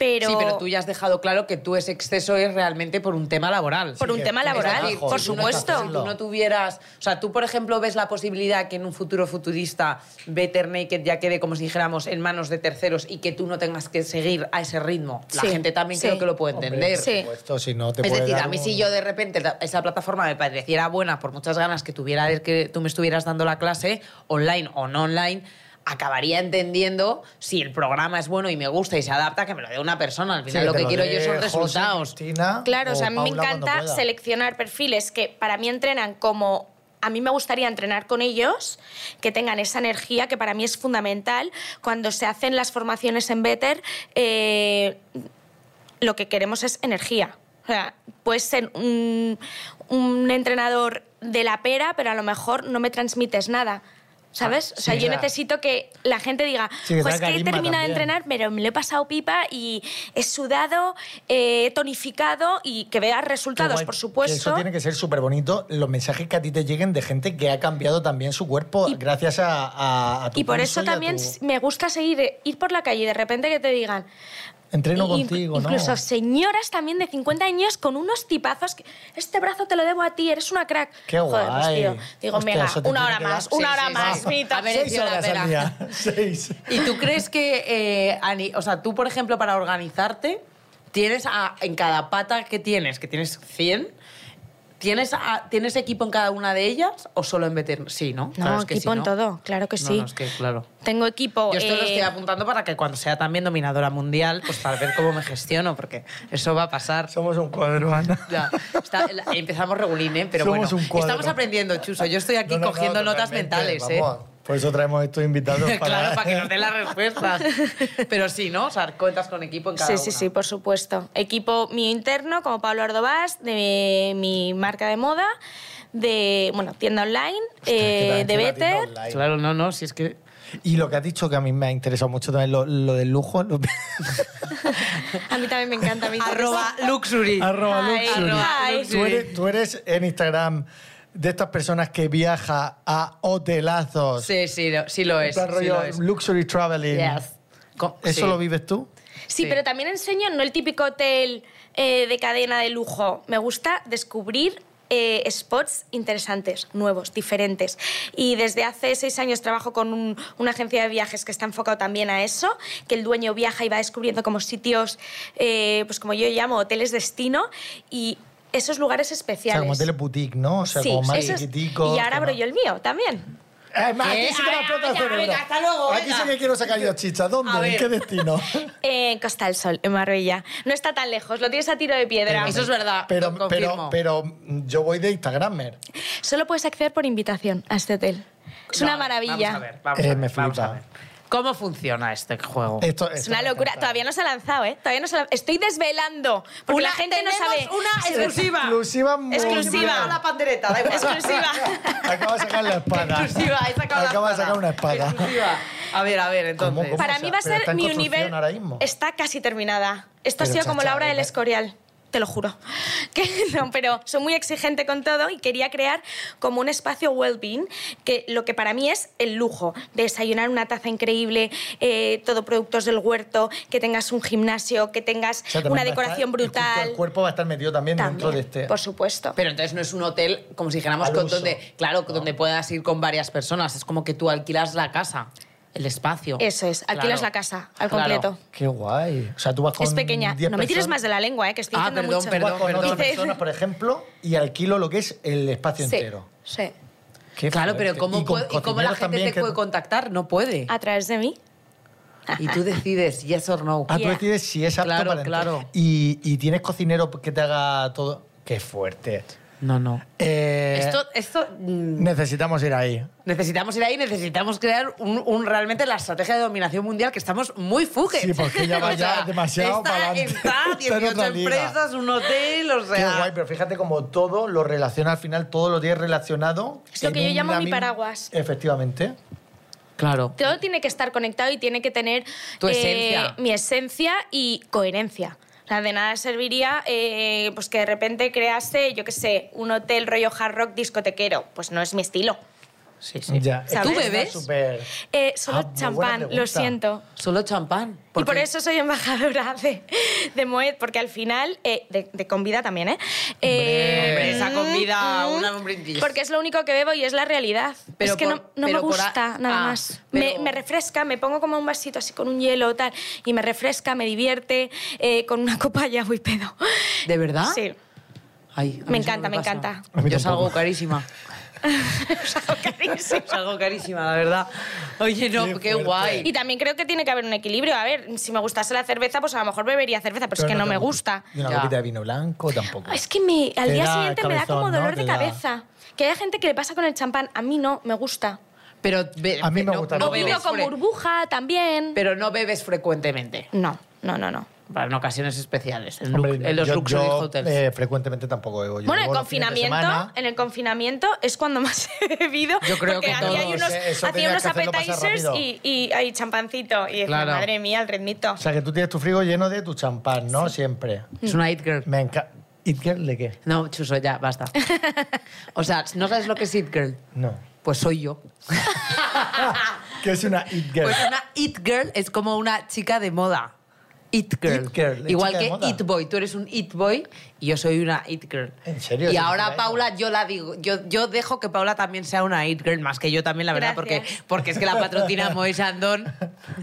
Pero, Sí, pero tú ya has dejado claro que tú ese exceso es realmente por un tema laboral. por un que tema tienes laboral, trabajo, por tienes que supuesto. hacerlo. tú no tuvieras. O sea, tú, por ejemplo, ves la posibilidad que en un futuro futurista Better Naked ya quede, como si dijéramos, en manos de terceros y que tú no tengas que seguir a ese ritmo. La Sí, gente también sí. creo que lo puede entender. Sí. Esto, si no, te Es puede decir, dar a mí un- si yo de repente la- esa plataforma me pareciera buena por muchas ganas que tuviera de que tú me estuvieras dando la clase, online o no online, acabaría entendiendo si el programa es bueno y me gusta y se adapta que me lo dé una persona. Al Sí, final lo te que quiero dé yo son José, resultados. Cristina Claro, o sea, a mí me Paula cuando encanta pueda. seleccionar perfiles que para mí entrenan como... A mí me gustaría entrenar con ellos, que tengan esa energía que para mí es fundamental. Cuando se hacen las formaciones en Better, eh, lo que queremos es energía. O sea, puedes ser un, un entrenador de la pera, pero a lo mejor no me transmites nada. ¿Sabes? o sea, Ah, sí, yo ya. necesito que la gente diga, Sí, que pues tenga que he carisma terminado de también. entrenar, pero me lo he pasado pipa y he sudado, eh, he tonificado y que veas Qué resultados, guay, por que supuesto. Eso tiene que ser súper bonito, los mensajes que a ti te lleguen de gente que ha cambiado también su cuerpo Y- gracias a, a- a tu Y por curso eso a también tu- me gusta seguir, eh, ir por la calle y de repente que te digan, Entreno Y- contigo, ¿no? Incluso señoras también de 50 años con unos tipazos que este brazo te lo debo a ti, eres una crack. Qué Joder, pues, guay. tío, digo, Hostia, venga, eso te una tiene hora que dar- Ah, más, una Sí, hora sí, más, sí. Mita. A ver, Seis Seis mereció la horas pena. al día. Seis. ¿Y tú crees que, eh, Ani, o sea, tú, por ejemplo, para organizarte, tienes a- en cada pata que tienes, que tienes 100, ¿tienes, a- ¿tienes equipo en cada una de ellas o solo en veterinario? Sí, ¿no? No, Claro, es que equipo sí, en ¿no? todo, claro que No, sí. no, es que, claro. Tengo equipo. Yo esto lo eh, estoy apuntando para que cuando sea también dominadora mundial, pues para ver cómo me gestiono, porque eso va a pasar. Somos un cuadro, Ana. Ya, está- la- empezamos regulín, ¿eh? pero Somos bueno, un cuadro. estamos aprendiendo, Chuso. Yo estoy aquí No, no, no, cogiendo notas totalmente, mentales, ¿eh? vamos, Por eso traemos estos invitados para... Claro, para que nos den las respuestas. Pero sí, ¿no? O sea, cuentas con equipo en cada Sí, sí, una. sí, por supuesto. Equipo mío interno, como Pablo Ardovás, de mi marca de moda, de, bueno, tienda online, eh, Que también de tiene una tienda Better. online. Claro, no, no, si es que... Y lo que has dicho que a mí me ha interesado mucho también, lo, lo del lujo, lo- A mí también me encanta. me interesa. Arroba Luxury. Arroba Ay, Luxury. ay. Tú eres, tú eres en Instagram de estas personas que viaja a hotelazos. Sí, sí, lo- sí lo En es. plan Pues, sí rollo lo es. luxury traveling. Yes. Co- ¿Eso sí. lo vives tú? Sí, Sí. pero también enseño no el típico hotel eh, de cadena de lujo. Me gusta descubrir eh, spots interesantes, nuevos, diferentes. Y desde hace seis años trabajo con un- una agencia de viajes que está enfocado también a eso, que el dueño viaja y va descubriendo como sitios, eh, pues como yo llamo, hoteles destino y esos lugares O sea, especiales. como tele boutique, ¿no? O sea, como más esos- chiquitico. y ahora abro yo el mío también. aquí sí que me Ay, explota el ya, cerebro. Eh, ah, venga, hasta luego, Aquí venga. sí que quiero sacar yo chicha. ¿Dónde? A ¿En ver. qué destino? En Eh, Costa del Sol, en Marbella. No está tan lejos, lo tienes a tiro de piedra. Eso es verdad, Pero, lo confirmo. pero, pero yo voy de Instagrammer. Solo puedes acceder por invitación a este hotel. Es No, una a ver, maravilla. Vamos a ver, vamos, Eh, a, ver, me vamos a flipa. ver. ¿Cómo funciona este juego? Esto, Es esto una me locura. encanta. Todavía no se ha lanzado, ¿eh? Todavía no se ha lanzado. Estoy desvelando. Porque Una- la gente no tenemos sabe. una exclusiva. Exclusiva mundial. Exclusiva. La pandereta, da igual. Exclusiva. Acaba de sacar la espada. Exclusiva, he sacado la Acaba de sacar una espada. Exclusiva. A ver, a ver, entonces. ¿Cómo, cómo? Para O sea, mí va a pero ser está en mi construcción nivel. ahora mismo. Está casi terminada. Esto Pero, ¿eh? ha sido como la chacha, obra del venga. Escorial. Te lo juro. Que no, pero soy muy exigente con todo y quería crear como un espacio well-being, que lo que para mí es el lujo. Desayunar una taza increíble, eh, todo productos del huerto, que tengas un gimnasio, que tengas O sea, también una va a estar- decoración el culto brutal. al cuerpo va a estar metido también, dentro de También, este. Por supuesto. Pero entonces no es un hotel, como si dijéramos, Al con uso. donde, claro, con donde puedas ir con varias personas. Es como que tú alquilas la casa, el espacio. Eso es, alquilas Claro. la casa al Claro. completo. Qué guay. O sea, tú vas con Es pequeña. No 10 me tires personas. más de la lengua, eh, que estoy Ah, diciendo perdón, mucho. Tú vas con Perdón, ocho Dice- personas, por ejemplo, y alquilo lo que es el espacio Sí, entero. sí. Qué Claro, fuerte. pero ¿cómo, Y con puede- y cómo la cocineros gente también te que- puede contactar? No puede. A través de mí. Y tú decides yes or no. Ah, tú Yeah. decides si es apto Claro, para entrar. claro. Y, y tienes cocinero que te haga todo. Qué fuerte. No, no. Eh, Esto, esto mm, Necesitamos ir ahí. necesitamos ir ahí, necesitamos crear un, un- realmente la estrategia de dominación mundial que estamos muy fuges. Sí, porque ya va O sea, ya demasiado está, pa'lante. Está, Está en 18 otra liga. empresas, un hotel, o sea... Qué guay, pero fíjate como todo lo relaciona al final, todo lo tiene relacionado. Es lo en que yo llamo una mi misma- paraguas. Efectivamente. Claro. Todo tiene que estar conectado y tiene que tener eh, Tu esencia. mi esencia y coherencia. O sea, de nada serviría eh, pues que de repente crease, yo qué sé, un hotel rollo hard rock discotequero. Pues no es mi estilo. Sí, sí. Ya. ¿Sabes? ¿Tú bebes? Está súper- Eh, solo Ah, muy buena champán, pregunta. lo siento. Solo champán. Y por eso soy embajadora de, de Moet, porque al final, eh, de, de convida también, ¿eh? Eh, hombre, esa convida, una- un brindis. Porque es lo único que bebo y es la realidad. Pero es que por- no, no me pero por a- gusta nada ah, más. pero- Me, me refresca, me pongo como un vasito así con un hielo tal, y me refresca, me divierte, eh, con una copa ya voy pedo. ¿De verdad? Sí. Ay, a mí Me eso no encanta, me pasa. encanta. A mí Yo salgo tampoco. carísima. Carísimo. Salgo carísima, la verdad. Oye, no, qué, guay. Y también creo que tiene que haber un equilibrio. A ver, si me gustase la cerveza, pues a lo mejor bebería cerveza, pero, es que no, me tampoco. gusta. Y una Ya. copita de vino blanco tampoco. Es que me- al Te día da siguiente me da cabezón, como ¿no? dolor Te de da. cabeza. Que hay gente que le pasa con el champán. A mí no, me gusta. Pero be- A mí me no- gusta no el O vino bebes con fre- burbuja también. Pero no bebes frecuentemente. No, no, no, no. Para en ocasiones especiales. En, Hombre, lu- en los yo- Luxury yo, Hotels. eh, frecuentemente tampoco bebo. Yo bueno, en bebo los fines de confinamiento, semana. en el confinamiento es cuando más he bebido. Yo creo porque que hacía todos, unos, eh, eso hacía tenías unos que hacerlo pasar appetizers rápido. y, y, y champancito. Y decía, Claro. madre mía, el ritmito. O sea, que tú tienes tu frigo lleno de tu champán, ¿no? Siempre. Es una it girl. Me encanta. ¿It girl de qué? No, chuso, ya, basta. O sea, ¿no sabes lo que es it girl? No. Pues soy yo. ¿Qué es una it girl? Pues una it girl es como una chica de moda. It girl. It girl, la Igual chica de que moda. it boy. Tú eres un it boy y yo soy una it girl. ¿En serio? Y Yo no ahora sabía Paula, yo la digo, yo, yo dejo que Paula también sea una it girl, más que yo también, la verdad, porque, Gracias. porque es que la patrocina Moisés Andón.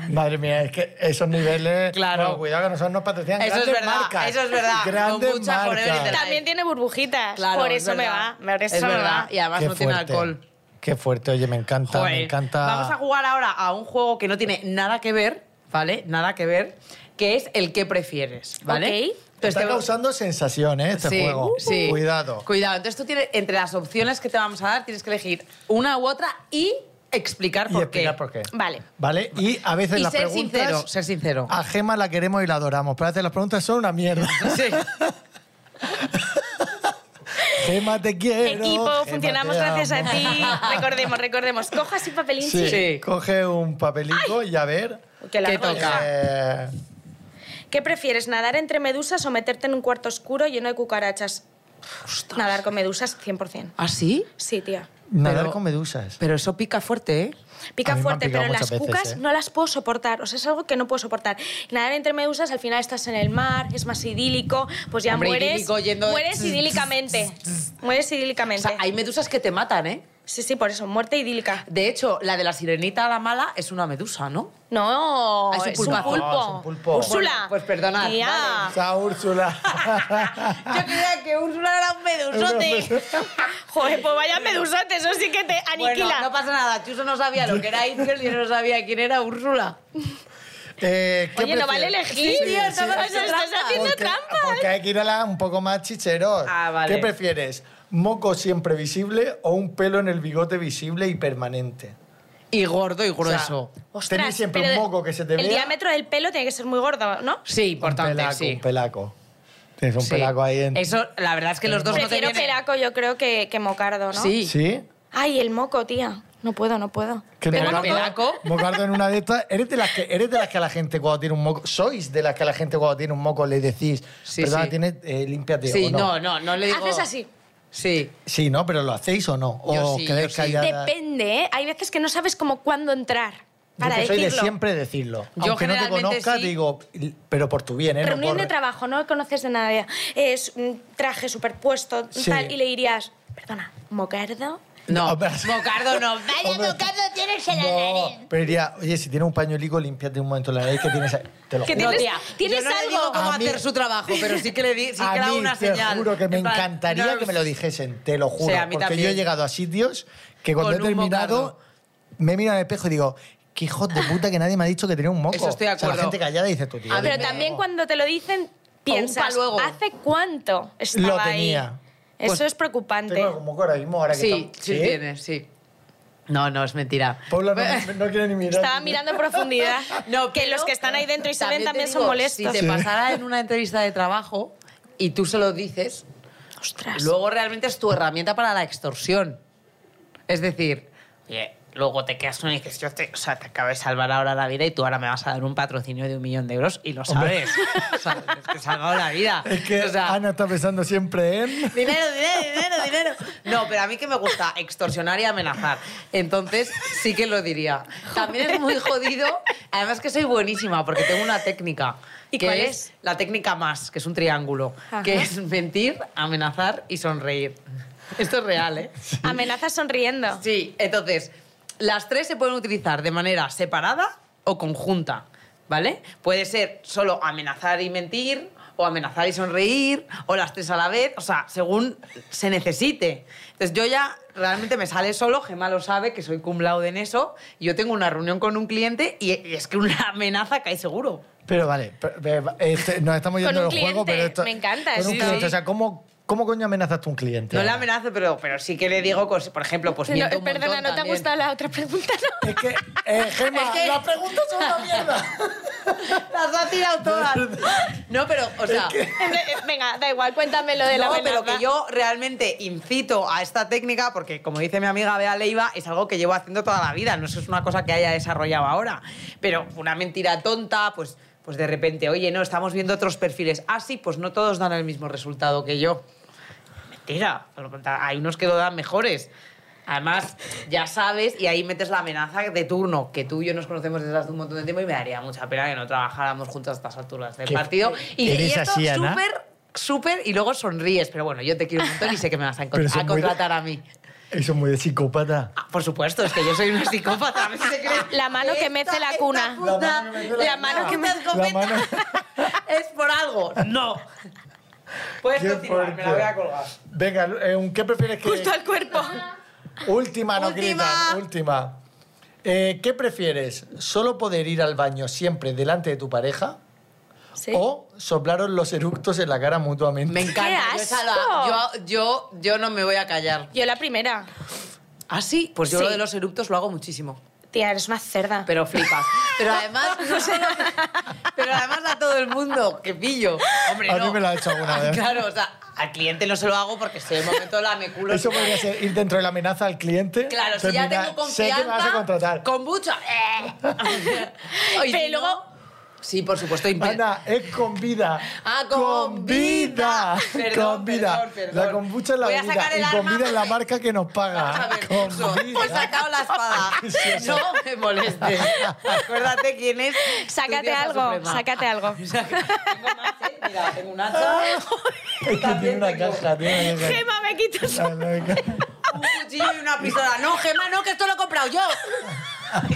Madre mía, es que esos niveles... Pues Claro. No, cuidado que nosotros nos patrocinan Eso es grandes verdad, marcas. eso es verdad. Con Grandes mucha forever y marcas. de la- También tiene burbujitas. Claro, por es eso me verdad. va. Por eso Es me verdad. va. Y además Qué no tiene fuerte. alcohol. Qué fuerte, oye, me encanta, Joder. me encanta. Vamos a jugar ahora a un juego que no tiene nada que ver, ¿vale? Nada que ver, que es el que prefieres, ¿vale? Ok. Entonces, Está te- causando sensaciones este este- Sí, Uh. juego. sí. Cuidado. Cuidado. Entonces tú tienes, entre las opciones que te vamos a dar, tienes que elegir una u otra y explicar Y por explicar qué. por qué. Vale. ¿Vale? Y a veces Y las ser preguntas... Ah. sincero, ser sincero. A Gema la queremos y la adoramos, pero a veces las preguntas son una mierda. Sí. Gema, te quiero. Equipo, Gema, funcionamos te gracias amo. a ti. Recordemos, recordemos. Coja así papelín. Sí. Sí. Coge un papelico y a ver. Que la ¿Qué hago, toca? hija. eh, ¿Qué prefieres, nadar entre medusas o meterte en un cuarto oscuro lleno de cucarachas? Nadar con medusas, 100%. ¿Ah, sí? Sí, tía. nadar Pero- con medusas. Pero eso pica fuerte, ¿eh? A mí Pica me han fuerte, picado pero las muchas veces, cucas ¿eh? no las puedo soportar. O sea, es algo que no puedo soportar. Nadar entre medusas, al final estás en el mar, es más idílico, pues ya Hombre, mueres. idílico yendo de- Mueres idílicamente. mueres O idílicamente. sea, hay medusas que te matan, ¿eh? Sí, sí, por eso, muerte idílica. De hecho, la de la sirenita a la mala es una medusa, ¿no? No, Ah, es un es un pulpo. pulpo. No, es un pulpo. Úrsula. Bueno, pues perdonad, Tía. vale. Esa Úrsula. Yo creía que Úrsula era un medusote. Joder, pues vaya medusote, eso sí que te aniquila. Bueno, no pasa nada. Chuso no sabía lo que era Angel y yo no sabía quién era Úrsula. Eh, ¿qué Oye, no vale prefieres? elegir. Sí, tío, estamos Nos haciendo estás trampa. haciendo porque, trampa. ¿eh? porque hay que ir a la un poco más chicheros. Ah, vale. ¿Qué prefieres? ¿Moco siempre visible o un pelo en el bigote visible y permanente? Y gordo y grueso. ¿eh? Ostras, Tenéis siempre pero un moco que se te El vea. diámetro del pelo tiene que ser muy gordo, ¿no? sí, importante, un pelaco, sí. un pelaco. Tienes un Sí. pelaco ahí en... Eso, la verdad es que los dos Prefiero no te vienen. pelaco, yo creo, que, que mocardo, ¿no? Sí. ¿Sí? Ay, el moco, tía. No puedo, no puedo. Que Pero Mocardo- pelaco. Mocardo en una de estas. Eres de las que eres de las que a la gente cuando tiene un moco. Sois de las que a la gente cuando tiene un moco le decís. Sí, perdona, sí. tienes eh, límpiate Sí, o no. no, no, no le digo. Haces así. Sí. Sí, no, pero lo hacéis o no. Yo o sí, quedáis yo sí. calladas. Depende, ¿eh? Hay veces que no sabes cómo cuándo entrar Yo para que soy de decirlo. siempre decirlo. Yo Aunque no te generalmente conozca, sí. digo, pero por tu bien, ¿eh? No Reunión por- de trabajo, no conoces de nadie. Es un traje superpuesto, Sí. tal, y le dirías, perdona, mocardo. No. Hombre. Mocardo no. Vaya Hombre. mocardo tienes en la nariz. No, pero diría, oye, si tienes un pañuelico, límpiate un momento la nariz que tienes. ahí. Te lo Que juro. No, tienes- tía, tienes yo no le algo. digo cómo A mí- hacer su trabajo, pero sí que le di, sí que le a hago mí, una te señal. juro que me En plan, encantaría no, que me lo dijesen, te lo juro. Sí, a mí porque yo he también. llegado a sitios que cuando Con he un terminado mocardo. me miro al espejo y digo, qué hijos de puta que nadie me ha dicho que tenía un moco. Eso estoy de O sea, la acuerdo. gente callada dice tú, tío. A mí Pero me- también cuando te lo dicen, piensas, paluego. ¿hace cuánto estaba Lo tenía. ahí? Eso Pues, es preocupante. Tengo como ahora mismo, ahora que Sí, estamos- sí, tienes, sí. No, no, es mentira. Paula no, no quiere ni mirar. Estaba mirando en profundidad. No, que pero los que están ahí dentro y se ven te también digo, son molestos. Si te pasara en una entrevista de trabajo y tú se lo dices, Ostras. luego realmente es tu herramienta para la extorsión. Es decir, oye, luego te quedas con y dices, yo te, o sea, te acabo de salvar ahora la vida y tú ahora me vas a dar un patrocinio de un millón de euros y lo sabes. o sea, es que he salvado la vida. Es que O sea, Ana está pensando siempre en... Dinero, dinero, dinero, dinero. No, pero a mí que me gusta extorsionar y amenazar. Entonces, sí que lo diría. También es muy jodido. Además que soy buenísima porque tengo una técnica. ¿Y que cuál es? La técnica más, que es un triángulo. Ajá. Que es mentir, amenazar y sonreír. Esto es real, ¿eh? Amenazas sonriendo. Sí, entonces, las tres se pueden utilizar de manera separada o conjunta, ¿vale? Puede ser solo amenazar y mentir, o amenazar y sonreír, o las tres a la vez, o sea, según se necesite. Entonces, yo ya realmente me sale solo, Gemma lo sabe, que soy cum laude en eso, y yo tengo una reunión con un cliente y y es que una amenaza cae seguro. Pero vale, pe- pe- este, nos estamos Con yendo un del juego, cliente, pero esto... me encanta, Con un sí, cliente, sí. o sea, ¿cómo, ¿cómo coño amenazas tú a un cliente? No la Ana? amenazo, pero, pero sí que le digo, cosas, por ejemplo, pues No, miento un perdona, montón ¿no te ha también. gustado la otra pregunta? No. Es que, eh, Gemma, Es que- las preguntas son una mierda. Las ha tirado todas. No, pero, o sea... Eh, Venga, da igual, cuéntame lo de la no, amenaza. pero que yo realmente incito a esta técnica porque, como dice mi amiga Bea Leiva, es algo que llevo haciendo toda la vida. No es una cosa que haya desarrollado ahora. Pero una mentira tonta, pues, pues de repente, oye, no, estamos viendo otros perfiles. Ah, sí, pues no todos dan el mismo resultado que yo. Mentira. Hay unos que lo dan mejores. Además, ya sabes, y ahí metes la amenaza de turno, que tú y yo nos conocemos desde hace un montón de tiempo y me daría mucha pena que no trabajáramos juntos a estas alturas del ¿Qué? partido. Y, y ¿Eres esto así, Ana? súper súper y luego sonríes. Pero bueno, yo te quiero un montón y sé que me vas a, encon- Pero son a muy de- contratar a mí. Eso es muy de psicópata. Ah, por supuesto, es que yo soy una psicópata. A ver si se cree La mano que mece esta- la esta cuna. puta- La mano que mece la la mano que me La mano- Es por algo. No. Puedes Qué continuar, me la voy fuerte. a colgar. Venga, eh, ¿un- ¿qué prefieres que...? Justo al cuerpo. Última, no Última. gritan, última. Eh, ¿Qué prefieres? ¿Solo poder ir al baño siempre delante de tu pareja Sí. Oh. o soplaros los eructos en la cara mutuamente? Me encanta. ¡Qué yo esa asco! la- Yo, yo, yo no me voy a callar. Yo la primera. ¿Ah, sí? Pues yo Sí. lo de los eructos lo hago muchísimo. Tía, eres una cerda. pero flipas. Pero además, no solo- pero además a todo el mundo, que pillo. Hombre, A no. mí me lo ha hecho alguna vez. Claro, o sea, al cliente no se lo hago porque estoy en el momento la me culo. Eso podría ser ir dentro de la amenaza al cliente. Claro, si ya terminar, tengo Sé confianza. que me vas a contratar. Con mucho. Eh. Y Pero si no- luego- Sí, por supuesto. impe- Ana, es con vida. Ah, con vida. Perdón, con vida. perdón, perdón. La kombucha es la Voy a vida. sacar el y con arma. vida es la marca que nos Vamos a paga. ver, Con Suso, vida. He sacado la espada. No me molestes. Acuérdate quién es. tu Sácate diosa algo, suprema. sácate algo. Tengo más, ¿eh? Mira, tengo un hacha, Ah. Es que tiene una tengo- caja, tiene una caja. Gema, me quitas. Ah, no, es que- un cuchillo y una pistola. No, Gemma, no, que esto lo he comprado yo.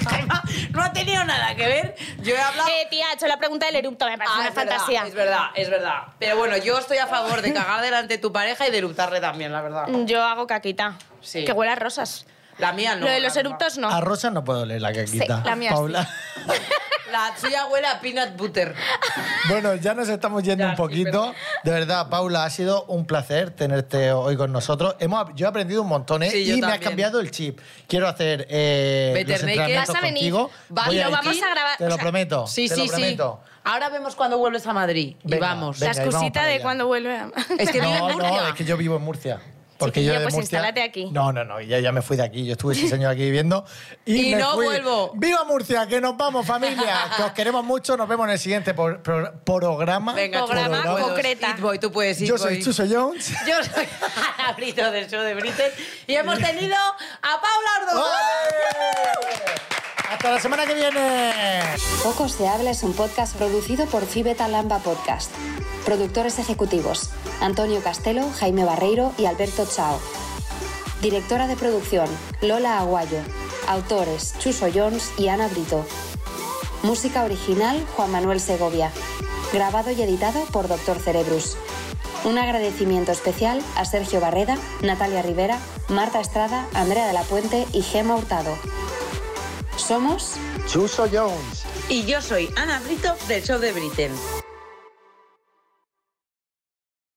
Gemma no ha tenido nada que ver. Yo he hablado... Eh, tía, ha hecho la pregunta del erupto, me parece Ah, una es verdad, fantasía. es verdad, es verdad. Pero bueno, yo estoy a favor de cagar delante de tu pareja y de eructarle también, la verdad. Yo hago caquita. Sí. Que huele a rosas. La mía no. Ah, Lo de los la verdad. eructos no. A Rosa no puedo leer la caquita. Sí, la mía Paula. La suya huele a peanut butter. Bueno, ya nos estamos yendo Ya, un sí, poquito. perdón. de verdad, Paula, ha sido un placer tenerte hoy con nosotros. Hemos, yo he aprendido un montón, ¿eh? Sí, y yo me has también. cambiado el chip. Quiero hacer eh, Better los Naked. entrenamientos Vas a venir. contigo. Va- Voy y lo ir. vamos a grabar, Te o lo sea- prometo. Sí, Oh, te sí, lo sí. prometo. Ahora vemos cuando vuelves a Madrid y Venga, vamos. venga, la y vamos excusita para de allá. cuando vuelve a... Es que vive en no, no, Murcia. es que yo vivo en Murcia. Porque yo Chiquillo, de pues Murcia- instálate aquí. No, no, no, ya, ya me fui de aquí. Yo estuve seis años aquí viviendo. Y, Y me no fui. vuelvo. ¡Viva Murcia! ¡Que nos vamos, familia! que os queremos mucho. Nos vemos en el siguiente por- pro- programa. Venga, Programa tú puedes. concreta. It Boy, tú puedes, It Yo soy Boy. Chuso Jones. Yo soy Ana Brito del show de Britain y hemos tenido a Paula Ordóñez. ¡Ole! ¡Hasta la semana que viene! Poco se habla es un podcast producido por Fibeta Lamba Podcast. Productores ejecutivos: Antonio Castelo, Jaime Barreiro y Alberto Chao. Directora de producción: Lola Aguayo. Autores: Chuso Jones y Ana Brito. Música original: Juan Manuel Segovia. Grabado y editado por Doctor Cerebrus. Un agradecimiento especial a Sergio Barreda, Natalia Rivera, Marta Estrada, Andrea de la Puente y Gema Hurtado. Somos Chuso Jones. Y yo soy Ana Brito del show de Britain.